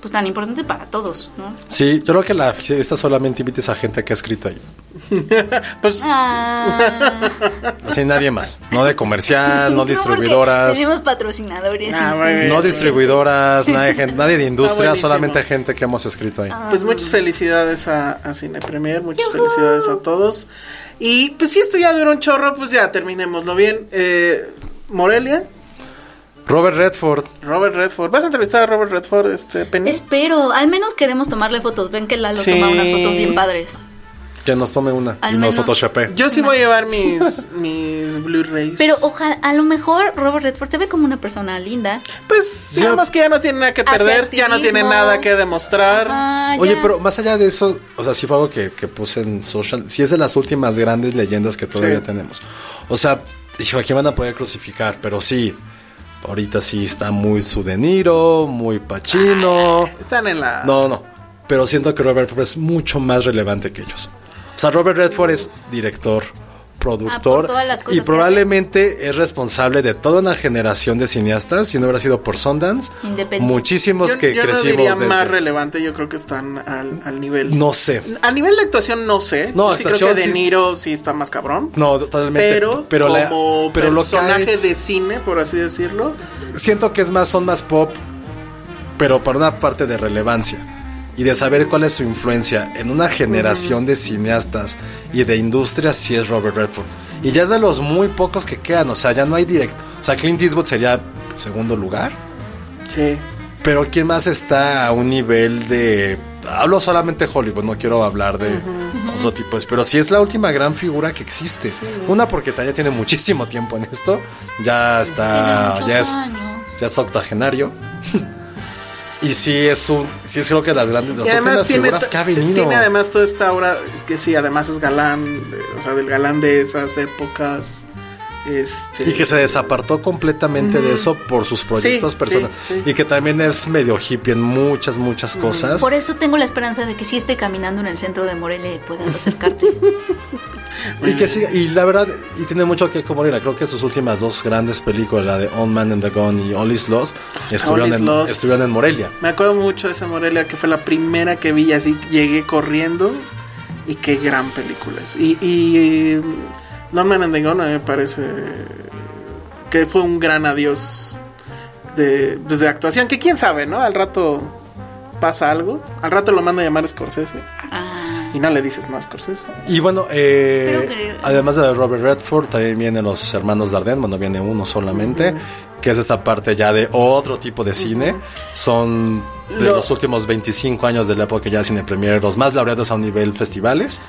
pues tan importante para todos, ¿no?
Sí, yo creo que la fiesta solamente invites a gente que ha escrito ahí.
Pues
Ah.
Así nadie más. No de comercial, Ah, no
porque
distribuidoras.
Tenemos patrocinadores.
Ah,
y-
muy bien.
No distribuidoras, nadie, gen- nadie de industria,
buenísimo.
solamente gente que hemos escrito ahí.
Pues muchas felicidades a, a Cine Premier, muchas felicidades a todos. Y pues si esto ya duró un chorro, pues ya terminémoslo bien. Eh, Morelia,
Robert Redford.
Robert Redford. ¿Vas a entrevistar a Robert Redford, este Penny?
Espero, al menos queremos tomarle fotos. Ven que Lalo
Sí.
toma unas fotos bien padres.
Que nos tome una
Al
y nos
menos.
photoshopee.
Yo sí voy a llevar mis, mis Blu-rays.
Pero ojalá, a lo mejor Robert Redford se ve como una persona linda.
pues digamos que ya no tiene nada que
Hace
perder, ya no tiene
activismo.
nada que demostrar.
Ah,
Oye,
ya.
pero más allá de eso, o sea, sí fue algo que, que puse en social. Sí es de las últimas grandes leyendas que todavía
Sí.
tenemos. O sea, hijo, aquí van a poder crucificar, pero sí. Ahorita sí está muy su De Niro, muy Pacino.
Están en la...
No, no. Pero siento que Robert Redford es mucho más relevante que ellos. O sea, Robert Redford es director, productor
Ah, por todas las cosas
y
que
probablemente es responsable de toda una generación de cineastas. Si no hubiera sido por Sundance,
Independiente.
muchísimos
Yo,
que
yo no
crecimos
diría
desde-
más relevante, yo creo que están al, al nivel.
No sé.
A nivel de actuación no sé.
No,
Yo sí creo que
actuación
De
sí-
Niro sí está más cabrón.
No, totalmente.
pero,
la-
como
pero lo que ha
personaje
hecho-
de cine, por así decirlo,
siento que es más son más pop, pero para una parte de relevancia y de saber cuál es su influencia en una generación de cineastas y de industria sí es Robert Redford. Y ya es de los muy pocos que quedan, o sea, ya no hay directo. O sea, Clint Eastwood sería segundo lugar,
sí.
pero ¿quién más está a un nivel de hablo solamente Hollywood, no quiero hablar de otro tipo, de- pero sí es la última gran figura que existe. Una porque ya tiene muchísimo tiempo en esto, ya está
Tiene muchos
ya es
años.
ya es octogenario. y sí es un, sí es creo que las grandes, las
Y
últimas figuras
ta-
que ha venido.
tiene además toda esta obra que sí, además es galán, de- o sea, del galán de esas épocas. Este,
y que se desapartó completamente de eso por sus proyectos
Sí,
personales.
sí, sí.
Y que también es medio hippie en muchas, muchas cosas.
Por eso tengo la esperanza de que si esté caminando en el centro de Morelia y puedas acercarte.
Y que siga, y la verdad, y tiene mucho que comer. Creo que sus últimas dos grandes películas, la de On Man and the Gun y All Is Lost, estuvieron,
All Is
en,
Lost.
estuvieron en Morelia.
Me acuerdo mucho de esa Morelia que fue la primera que vi y así llegué corriendo. Y qué gran película es. Y, y Norman and the Gun a mí me parece que fue un gran adiós de, pues, de actuación. Que quién sabe, ¿no? Al rato pasa algo. Al rato lo manda a llamar Scorsese.
Ah,
Y no le dices no a Scorsese.
Y bueno, eh,
Espero que-
además de Robert Redford, también vienen los hermanos Dardenne, bueno, viene uno solamente, que es esta parte ya de otro tipo de cine. Son de
Lo-
los últimos 25 años de la época ya cine premier, los más laureados a un nivel festivales.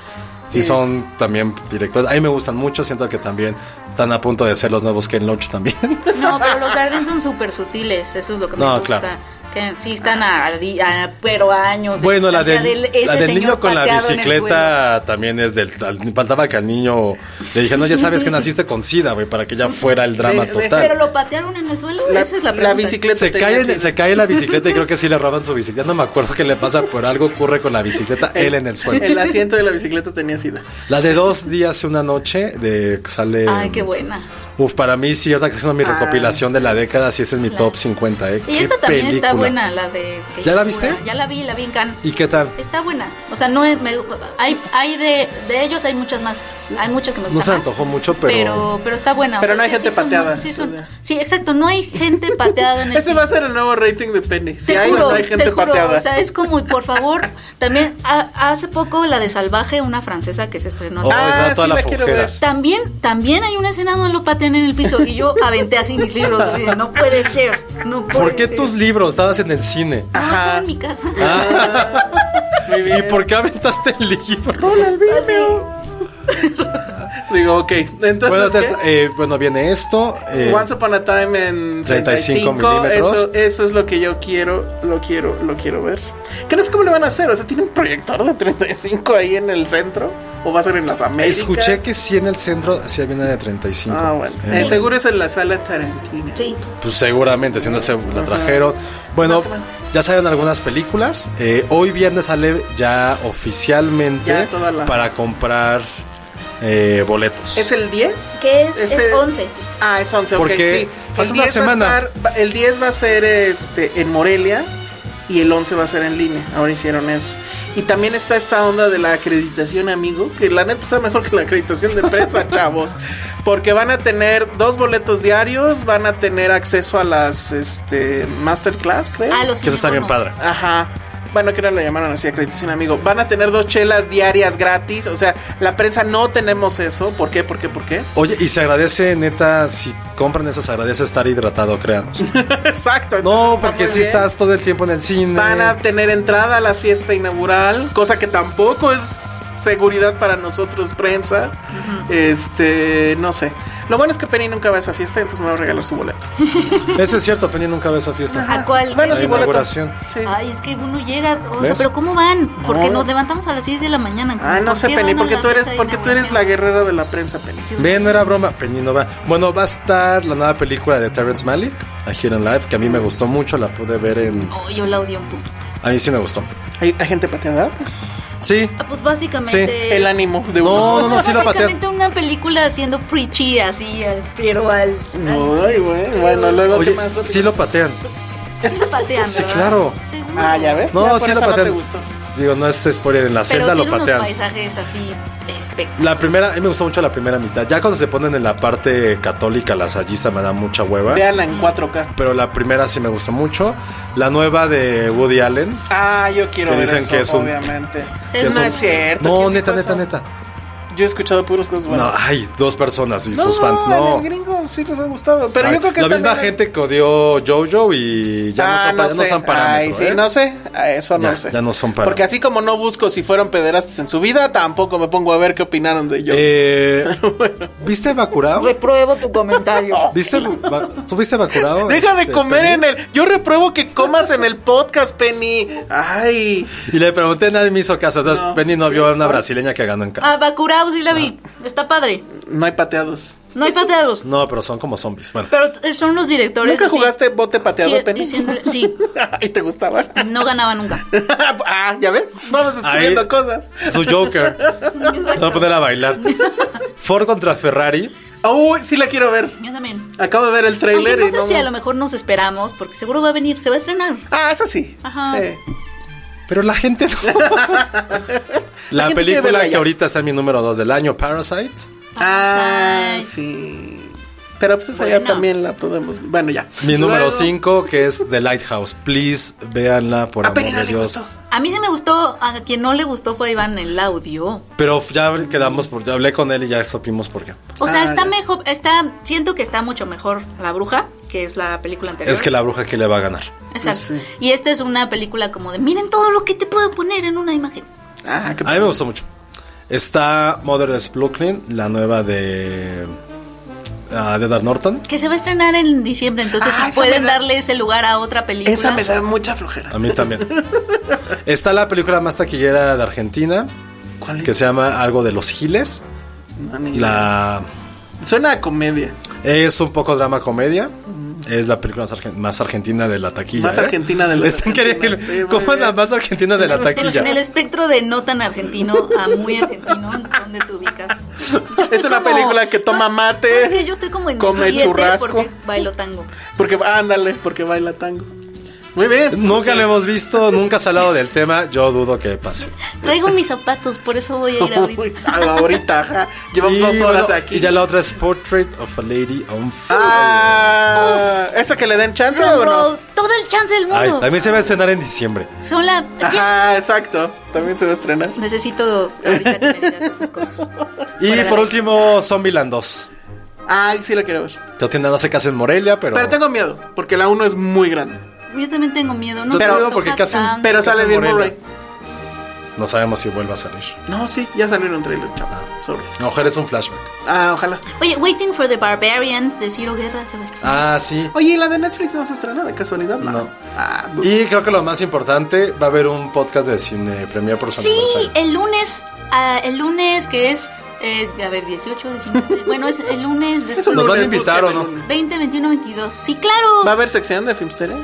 Sí,
Es-
son también directores. A mí me gustan mucho, siento que también están a punto de ser los nuevos Ken Loach también.
no, pero los Gardens son súper sutiles, eso es lo que me
No,
gusta.
claro.
Que sí están a, di- a- pero a años. de
Bueno, la del,
distancia ese
la del
señor
niño con la
pateado en el
bicicleta también es del. al- Faltaba que al niño le dije, no, ya sabes que naciste con SIDA, güey, para que ya fuera el drama
Ve- ve-
total.
Pero lo patearon en el suelo, esa es la pregunta.
bicicleta.
se
tenía
cae,
así-
en- se cae la bicicleta y creo que sí le roban su bicicleta. No me acuerdo qué le pasa, pero algo ocurre con la bicicleta, él en el suelo.
El asiento de la bicicleta tenía sida.
La de dos días y una noche, de que sale.
Ay, qué buena.
Uf, para mí sí, ahora que haciendo mi recopilación de la década, sí esta es mi top 50, ¿eh?
Y esta también está buena, la de... que
¿Ya la
yo
viste?
jura. Ya la vi, la vi en Cannes.
¿Y qué tal?
Está buena. O sea, no es... me- hay hay de, de ellos hay muchas más. Hay muchas que me
No se
gustan
antojó mucho,
más,
pero...
pero, pero está buena. O
Pero
sea,
no hay
es que
gente
sí son-
pateada.
sí, son- sí, exacto. No hay gente pateada en el
Ese va a
cine.
ser el nuevo rating de Penny. Si
Te
hay, o
juro,
no hay gente
te juro,
pateada.
o sea, es como, por favor, también a- hace poco la de Salvaje, una francesa que se estrenó. hace
Oh,
Ah,
es la-
sí
toda la
la quiero
fujera.
ver.
También, también hay una escena donde lo patean en el piso y yo aventé así mis libros. así de, no puede ser, no puede
¿Por qué
ser".
tus Ah. libros? Estabas en el cine.
No, estaba en mi casa.
¿Y por qué aventaste el libro?
Así.
Digo, ok. Entonces,
Bueno, entonces,
¿qué?
eh, bueno, viene esto. eh,
Once Upon a Time en
35
35,
milímetros.
Eso, eso es lo que yo quiero, lo quiero, lo quiero ver. Que no sé cómo le van a hacer. O sea, ¿tiene un proyector de 35 ahí en el centro? ¿O va a ser en las Américas?
escuché que sí en el centro, sí viene de 35.
Ah, bueno.
Eh,
Eh, seguro es en la sala Tarantino.
Sí.
Pues seguramente, si no se la trajeron. Bueno, ya salieron algunas películas. Eh, hoy viernes sale ya oficialmente
Ya toda la-
para comprar eh, boletos.
¿Es el 10?
Que es- es 11.
Ah, es 11,
Porque
ok, sí.
falta
el
una
10
semana.
Va a estar, va- el 10 va a ser este, en Morelia y el 11 va a ser en línea. Ahora hicieron eso. Y también está esta onda de la acreditación, amigo, que la neta está mejor que la acreditación de prensa, chavos. Porque van a tener dos boletos diarios, van a tener acceso a las este, masterclass, creo.
A los
que eso está bien
cinéfonos.
padre.
Ajá. Bueno, que ahora la llamaron así acreditación, amigo. Van a tener dos chelas diarias gratis. O sea, la prensa no tenemos eso. ¿Por qué? ¿Por qué? ¿Por qué?
Oye, y se agradece, neta, si compran eso, se agradece estar hidratado, créanos.
Exacto. entonces
No,
está
porque
muy
si
bien.
estás todo el tiempo en el cine.
Van a tener entrada a la fiesta inaugural, cosa que tampoco es seguridad para nosotros, prensa. Este, no sé. Lo bueno es que Penny nunca va a esa fiesta, entonces me va a regalar su boleto.
Eso es cierto, Penny nunca ve esa fiesta.
¿A cuál?
Bueno,
La
su Este boleto.
inauguración.
Sí.
Ay, es que uno llega, o sea,
¿Ves?
pero ¿cómo van? Porque
No.
nos levantamos a las 6 de la mañana.
Ah, no
¿por
sé,
qué
Penny,
van a
porque
la
tú eres,
fiesta de
porque tú eres la
inauguración?
guerrera de la prensa, Penny.
Ve, no era broma, Penny no va. Bueno, va a estar la nueva película de Terrence Malick, A Here and Live, que a mí me gustó mucho, la pude ver en...
Oh, yo la odié un poquito.
A mí sí me gustó.
¿Hay, hay gente pateada?
Sí.
Ah, Pues básicamente. pues,
Sí,
El ánimo de
No,
uno.
no, no, sí la pateé.
Básicamente una película haciendo preachy así, al- pero al.
Ay, güey. Bueno, luego
Oye,
¿qué más?
sí lo patean.
Sí lo patean,
Sí,
¿verdad?
claro.
Seguro.
Ah, ya ves.
No,
Ya por
sí lo
eso no
patean.
te gustó.
Digo, no es spoiler, en la
Pero
celda lo
tiene unos
patean.
paisajes así espectaculares.
La primera, a mí me gustó mucho la primera mitad. Ya cuando se ponen en la parte católica, la salliza me da mucha hueva.
Veanla en 4K.
Pero la primera sí me gusta mucho. La nueva de Woody Allen.
Ah, yo quiero
Que
ver
dicen
eso,
que es un-
obviamente.
que es
no
un-
es cierto.
No,
¿quién
neta,
dijo
neta,
eso?
neta.
Yo he escuchado puros cosas
No,
buenas.
ay, dos personas y
No,
sus fans, no.
al gringo sí les ha gustado. Pero
Ay,
yo creo que
la
también
misma
hay-
gente que odió Jojo y ya
Ah,
no son, pa- ya no
sé.
son parámetros.
Ay, sí,
¿eh?
no sé. Ah, Eso no
Ya,
sé.
ya no son parámetros.
Porque así como no busco si fueron pederastas en su vida, tampoco me pongo a ver qué opinaron de yo.
Eh, ¿Viste Bacurao?
Repruebo tu comentario.
¿Viste, ba- ¿Tú viste Bacurao?
Deja de
este,
comer
Penny?
en el. Yo repruebo que comas en el podcast, Penny. Ay.
Y le pregunté, nadie me hizo caso. Entonces,
No.
Penny no vio a una brasileña que ganó en casa.
Ah, Bacurao sí la vi. Está padre.
No hay pateados.
No hay pateados.
No, pero son como zombies. Bueno,
Pero eh, son los directores.
¿Nunca
así.
jugaste bote pateado,
Sí,
Penny?
diciéndole- sí.
¿Y te gustaba?
No ganaba nunca.
ah, ya ves. Vamos descubriendo
Ahí-
cosas.
su Joker. Me va a poner a bailar. Ford contra Ferrari.
Uy, sí la quiero ver.
Yo también.
Acabo de ver el
Aunque
trailer
no
y
sé
no.
si
me-
a lo mejor nos esperamos, porque seguro va a venir, se va a estrenar.
Ah, eso sí.
Ajá.
Sí.
Pero la gente no. La,
quiere verla
película que
ya.
ahorita está en mi número 2 del año, Parasite.
Ah,
Parasite.
sí. Pero pues esa ya
Bueno.
también la podemos. Bueno, ya.
Mi número
Luego-
5, que es The Lighthouse. Please, véanla, por
A
amor
Penny no
de
le
Dios.
gustó.
A mí se me gustó, a quien no le gustó fue a Iván, el audio.
Pero ya quedamos, por, ya hablé con él y ya supimos por qué.
O sea,
Ah,
está
ya.
mejor, está, siento que está mucho mejor La Bruja, que es la película anterior.
Es que la bruja que le va a ganar.
Exacto.
Pues sí.
Y esta es una película como de, miren todo lo que te puedo poner en una imagen.
Ah, qué
A mí me gustó mucho. Está Motherless Brooklyn, la nueva de. eh, ah, de Edward Norton.
Que se va a estrenar en diciembre, entonces
Ah,
si
esa
pueden
me da-
darle ese lugar a otra película.
Esa me da mucha flojera.
A mí también. Está la película más taquillera de Argentina,
¿Cuál
Ah, que se llama Algo de los Giles. Ah,
No, ni idea.
La
Suena a comedia.
es un poco drama comedia. Es la película más, argen- más argentina de la taquilla.
Más
¿eh?
argentina de la
Están
taquilla,
queriendo-
sí, muy
¿Cómo es la
bien.
más argentina de la
En
taquilla?
el espectro de no tan argentino a muy argentino, ¿dónde te ubicas? Yo estoy
es una
como-
película que toma
no,
mate,
no, es que yo estoy como en
come
siete
churrasco.
porque bailo tango.
Porque
Pues
ándale, porque baila tango. Muy bien. Pues,
Nunca lo hemos visto, nunca se ha hablado del tema. Yo dudo que pase.
Traigo mis zapatos, por eso voy a ir
Uy,
ahorita.
Ahorita, ajá. Llevamos
Y
dos horas
bueno,
aquí.
Y ya la otra es Portrait of a Lady on Fire.
Ah, ¿esa que le den chance o no?
Rolls, todo el chance del
Ay,
mundo.
también se va a estrenar en diciembre.
Son la
Ajá, exacto. También se va a estrenar.
Necesito ahorita que me digas esas cosas.
Y
Fuera
por
de-
último, Zombieland 2.
Ay, sí la quiero ver.
No tiene nada se casa en Morelia, pero.
Pero tengo miedo, porque la 1 es muy grande.
Yo también tengo miedo, no
Yo
sé,
tengo
me
miedo porque
antoja
casi-
tanto.
Pero
Casa
sale bien
Morelia.
Murray.
No sabemos si vuelva a salir.
No, sí, ya salió en un trailer, chaval. Sobre.
A lo mejor es un flashback.
Ah, ojalá.
Oye, Waiting for the Barbarians de Ciro Guerra se va a estrenar.
Ah, sí.
Oye, ¿y la de Netflix no se estrena de casualidad? No.
No.
Ah, bu-
Y creo que lo más importante, va a haber un podcast de cine premier por su
Sí, eh,
aniversario.
el lunes, ah, el lunes que es, eh, a ver, 18, 19, bueno, es el lunes después
¿Nos
este Lunes,
van a invitar o
búsquenlo.
no?
20, 21, 22. Sí, claro.
¿Va a haber sección de Filmsteria?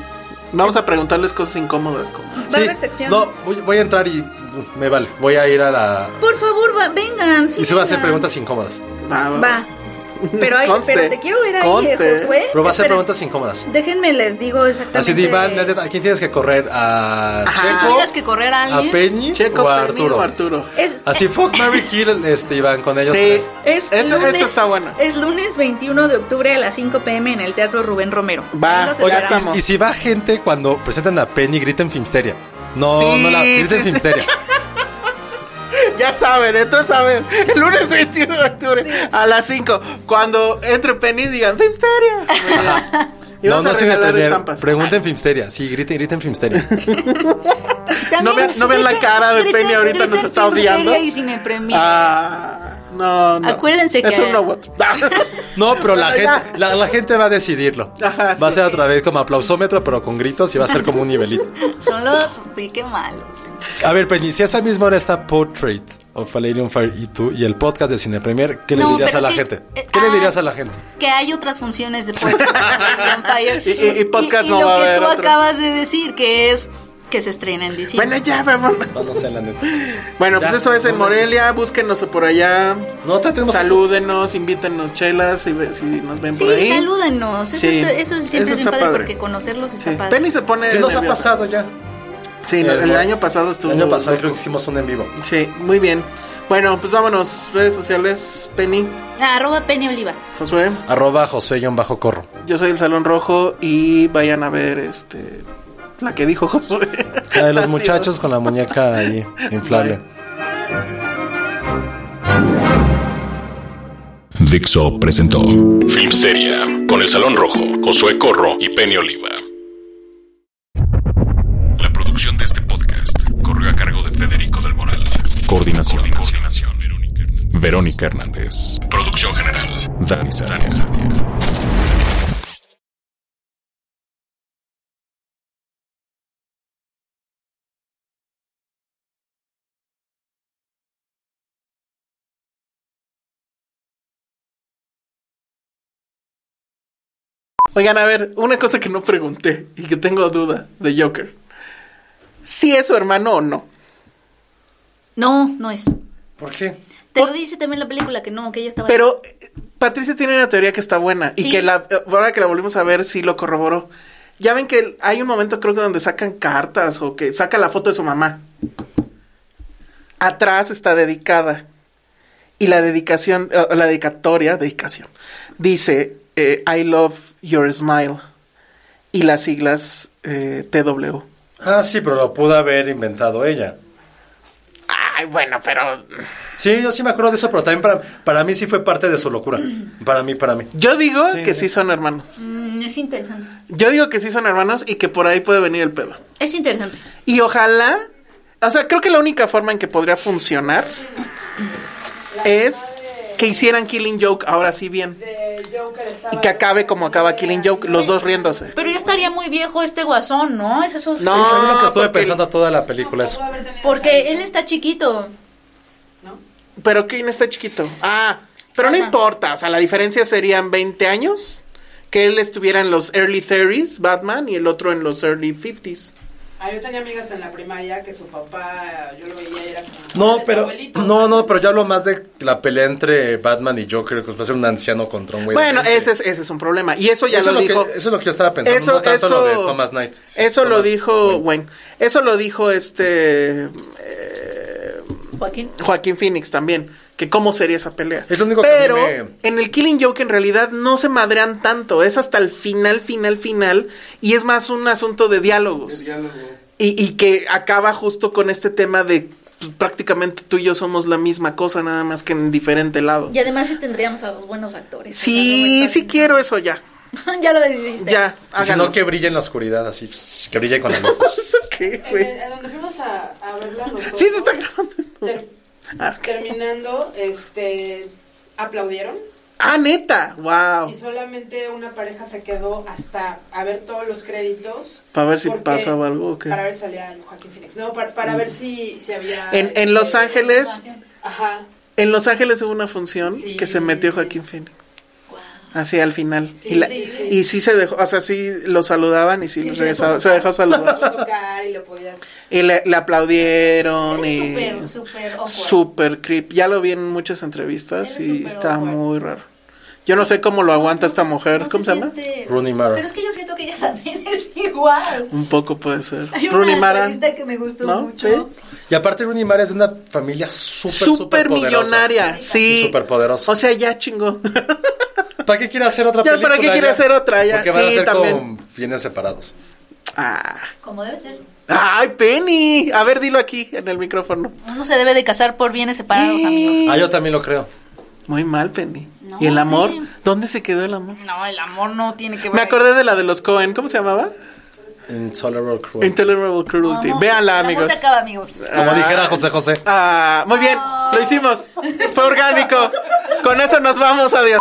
Vamos a preguntarles cosas incómodas como...
Va a haber sección.
No, voy, voy a entrar y uh, me vale. Voy a ir a la.
Por favor, va- vengan. sí,
y se va a hacer
vengan.
preguntas incómodas.
Va, va,
Va. Pero, hay,
Conste,
pero te quiero ver ahí,
conste.
eh, Josué.
Pero va a hacer
Esperen,
preguntas incómodas.
Déjenme les digo exactamente.
Así de Iván, la neta, ¿a quién tienes que correr? ¿A
Ajá. Si
Checo?
tuvieras que correr a alguien.
Penny
Checo,
o a
Fermín
Arturo?
o Arturo.
Es-
Así, fuck, Mary Kill, este, Iván, con ellos
Sí,
tres.
Es
Eso-
lunes,
eso está bueno.
Es lunes 21 de octubre a las 5 pm en el Teatro Rubén Romero.
Va,
Ahí los
oye,
Oiga,
Ya
y-
esperamos.
estamos.
y, si va gente cuando presentan a Penny, griten Filmsteria. No,
Sí,
no la griten
sí, sí.
Filmsteria.
Ya saben, entonces saben, el lunes 21 de octubre a las 5, cuando entre Penny digan Filmsteria. Muy bien. Y
No,
vamos
no
a
hacen
regalar
entender.
estampas.
Pregunten Filmsteria. Sí, griten, griten Filmsteria.
También
no vean- no vean la
griten-
cara de
griten-
Penny ahorita,
griten
nos está
Filmsteria
odiando.
Y Cine Premier.
Ah, no, no.
Acuérdense
Es
que-
uno u otro.
No, pero la
Bueno, ya.
gente, la, la gente va a decidirlo.
Ajá,
va a
sí,
ser a través como aplausómetro, pero con gritos y va a ser como un nivelito.
Son los. Sí, qué malos.
A ver, Penny, si a esa misma hora está Portrait of a Lady on Fire y tú y el podcast de Cine Premier, ¿qué le
No,
dirías
pero
a la
es que-
gente?
eh,
¿Qué le
ah.
dirías a la gente?
Que hay otras funciones de podcast. Vampire.
Y- y- y podcast no
lo
va a
que
haber
tú
otro.
acabas de decir, que es que se estrena en diciembre.
Bueno, ya vámonos.
No, no sé, la neta.
Bueno,
Ya,
pues eso es en
no manches.
Morelia, búsquenos por allá.
No tratemos-
Salúdenos, invítenos chelas si, ve- si nos ven
Sí,
por ahí.
salúdenos. Eso,
Sí,
está- eso siempre
eso
es bien
está
padre,
padre.
porque conocerlos
Sí.
está padre.
Penny se pone.
Sí, nos ha
nerviosa.
pasado ya.
Sí, no,
Eh,
el
bueno,
año pasado estuvo.
El año pasado creo que hicimos un en vivo.
Sí, muy bien. Bueno, pues vámonos. Redes sociales, Penny,
Ah, arroba Penny Oliva.
Josué.
Arroba Josué-Corro.
Yo soy el Salón Rojo y vayan a ver este. La que dijo Josué.
La de los
Adiós.
muchachos con la muñeca ahí, inflable.
Bye.
Dixo presentó Filmsteria con el Salón Rojo, Josué Corro y Penny Oliva. La producción de este podcast corrió a cargo de Federico del Moral. Coordinación. Coordinación. Verónica Hernández. Producción general. Dani Sánchez.
Oigan, a ver, una cosa que no pregunté y que tengo duda de Joker. ¿Si es su hermano o no?
No, no es.
¿Por qué?
Te
Por-
lo dice también la película que no, que ella estaba.
Pero eh, Patricia tiene una teoría que está buena y
Sí.
que la, eh, ahora que la volvimos a ver sí lo corroboró. Ya ven que el- hay un momento creo que donde sacan cartas o que saca la foto de su mamá. Atrás está dedicada. Y la dedicación, eh, la dedicatoria, dedicación, dice eh, I love your smile. Y las siglas eh, TW.
Ah, sí, pero lo pudo haber inventado ella.
Ay, bueno, pero
Sí, yo sí me acuerdo de eso, pero también para, para mí sí fue parte de su locura. Para mí, para mí.
yo digo
Sí,
que
sí.
sí son hermanos.
Mm, es interesante.
Yo digo que sí son hermanos y que por ahí puede venir el pedo.
Es interesante.
Y ojalá, o sea, creo que la única forma en que podría funcionar es que hicieran Killing Joke ahora sí bien. Y que acabe como acaba Killing Joke, los dos riéndose.
Pero ya estaría muy viejo este guasón, ¿no? Es eso-
No,
Es lo que estuve
porque-
pensando toda la película eso.
Porque él está chiquito.
Pero Kane está chiquito. Ah, pero no
Ajá.
importa, o sea, la diferencia serían 20 años, que él estuviera en los early 30s, Batman, y el otro en los early 50s.
Ah, yo tenía amigas en la primaria que su papá, yo lo veía y era como...
No,
"Tu
pero.
abuelito".
No, no, pero yo hablo más de la pelea entre Batman y Joker, que va a ser un anciano contra un güey.
Bueno,
de-
ese es, ese es un problema. Y eso ya
Eso,
lo,
es lo
dijo.
que, eso es lo que yo estaba pensando,
Eso-
no tanto
eso-
lo de Thomas Knight. Sí,
eso lo
Thomas
dijo
Wayne.
Wayne. Eso lo dijo este
Joaquín.
Joaquín Phoenix también, que cómo sería esa pelea.
Es lo único que
Pero
a mí
en el Killing Joke en realidad no se madrean tanto, es hasta el final, final, final, y es más un asunto de diálogos. Y, y que acaba justo con este tema de pues, prácticamente tú y yo somos la misma cosa, nada más que en diferente lado.
Y además sí tendríamos a dos buenos actores.
Sí, sí quiero eso ya.
ya lo decidiste.
Ya,
Y Si
háganlo.
no, que brille en la oscuridad, así. Que brille con la luz.
¿Eso qué,
En,
güey?
en donde fuimos a, a verla los dos,
Sí, se está grabando esto.
ter-
Ah, ok.
terminando, este, aplaudieron
Ah, neta, wow.
y solamente una pareja se quedó hasta a ver todos los créditos.
Para ver si
porque-
pasaba algo o qué. Mm.
Para ver si salía Joaquín Phoenix. No, para, para ver si, si había...
En,
este,
en Los Ángeles,
Ajá.
en Los Ángeles hubo una función
Sí.
que se metió Joaquín Phoenix. Así al final.
Sí,
y, la-
sí, sí.
y sí se dejó, o sea, sí lo saludaban y sí,
Sí,
les
sí, le
regresaba-
podías
se dejó
Lo
saludar.
tocar y lo podías...
y le, le aplaudieron
Es
y...
súper, súper awkward.
Super creep. Ya lo vi en muchas entrevistas
Él es
y
súper
está
awkward.
muy raro. Yo no sé cómo lo aguanta esta mujer.
No
¿Cómo se llama?
siente-
Rooney Mara.
Pero es que yo siento que ella también es igual.
Un poco puede ser.
Hay una
Rooney Mara.
entrevista que me gustó
¿No?
mucho.
Y aparte, Rooney Mara es de una familia súper,
Super
súper
millonaria. Sí.
Y superpoderosa.
O sea, ya chingó.
¿Para qué quiere hacer otra
Ya,
película?
¿para qué quiere hacer otra? Ya,
Porque van a
sí,
ser
también.
como bienes separados.
Ah.
Como debe ser.
Ay, Penny. A ver, dilo aquí en el micrófono.
Uno se debe de casar por bienes separados, amigos.
Ah, yo también lo creo.
Muy mal, Penny.
No,
¿Y el amor?
sí.
¿Dónde se quedó el amor?
No, el amor no tiene que ver.
Me acordé de la de los Cohen. ¿Cómo se llamaba?
Intolerable Cruelty.
Intolerable
No,
Cruelty.
amor-
Véanla,
el amor
amigos.
se acaba, amigos.
Como dijera José José.
Ah, muy bien. Lo hicimos. Fue orgánico. Con eso nos vamos. Adiós.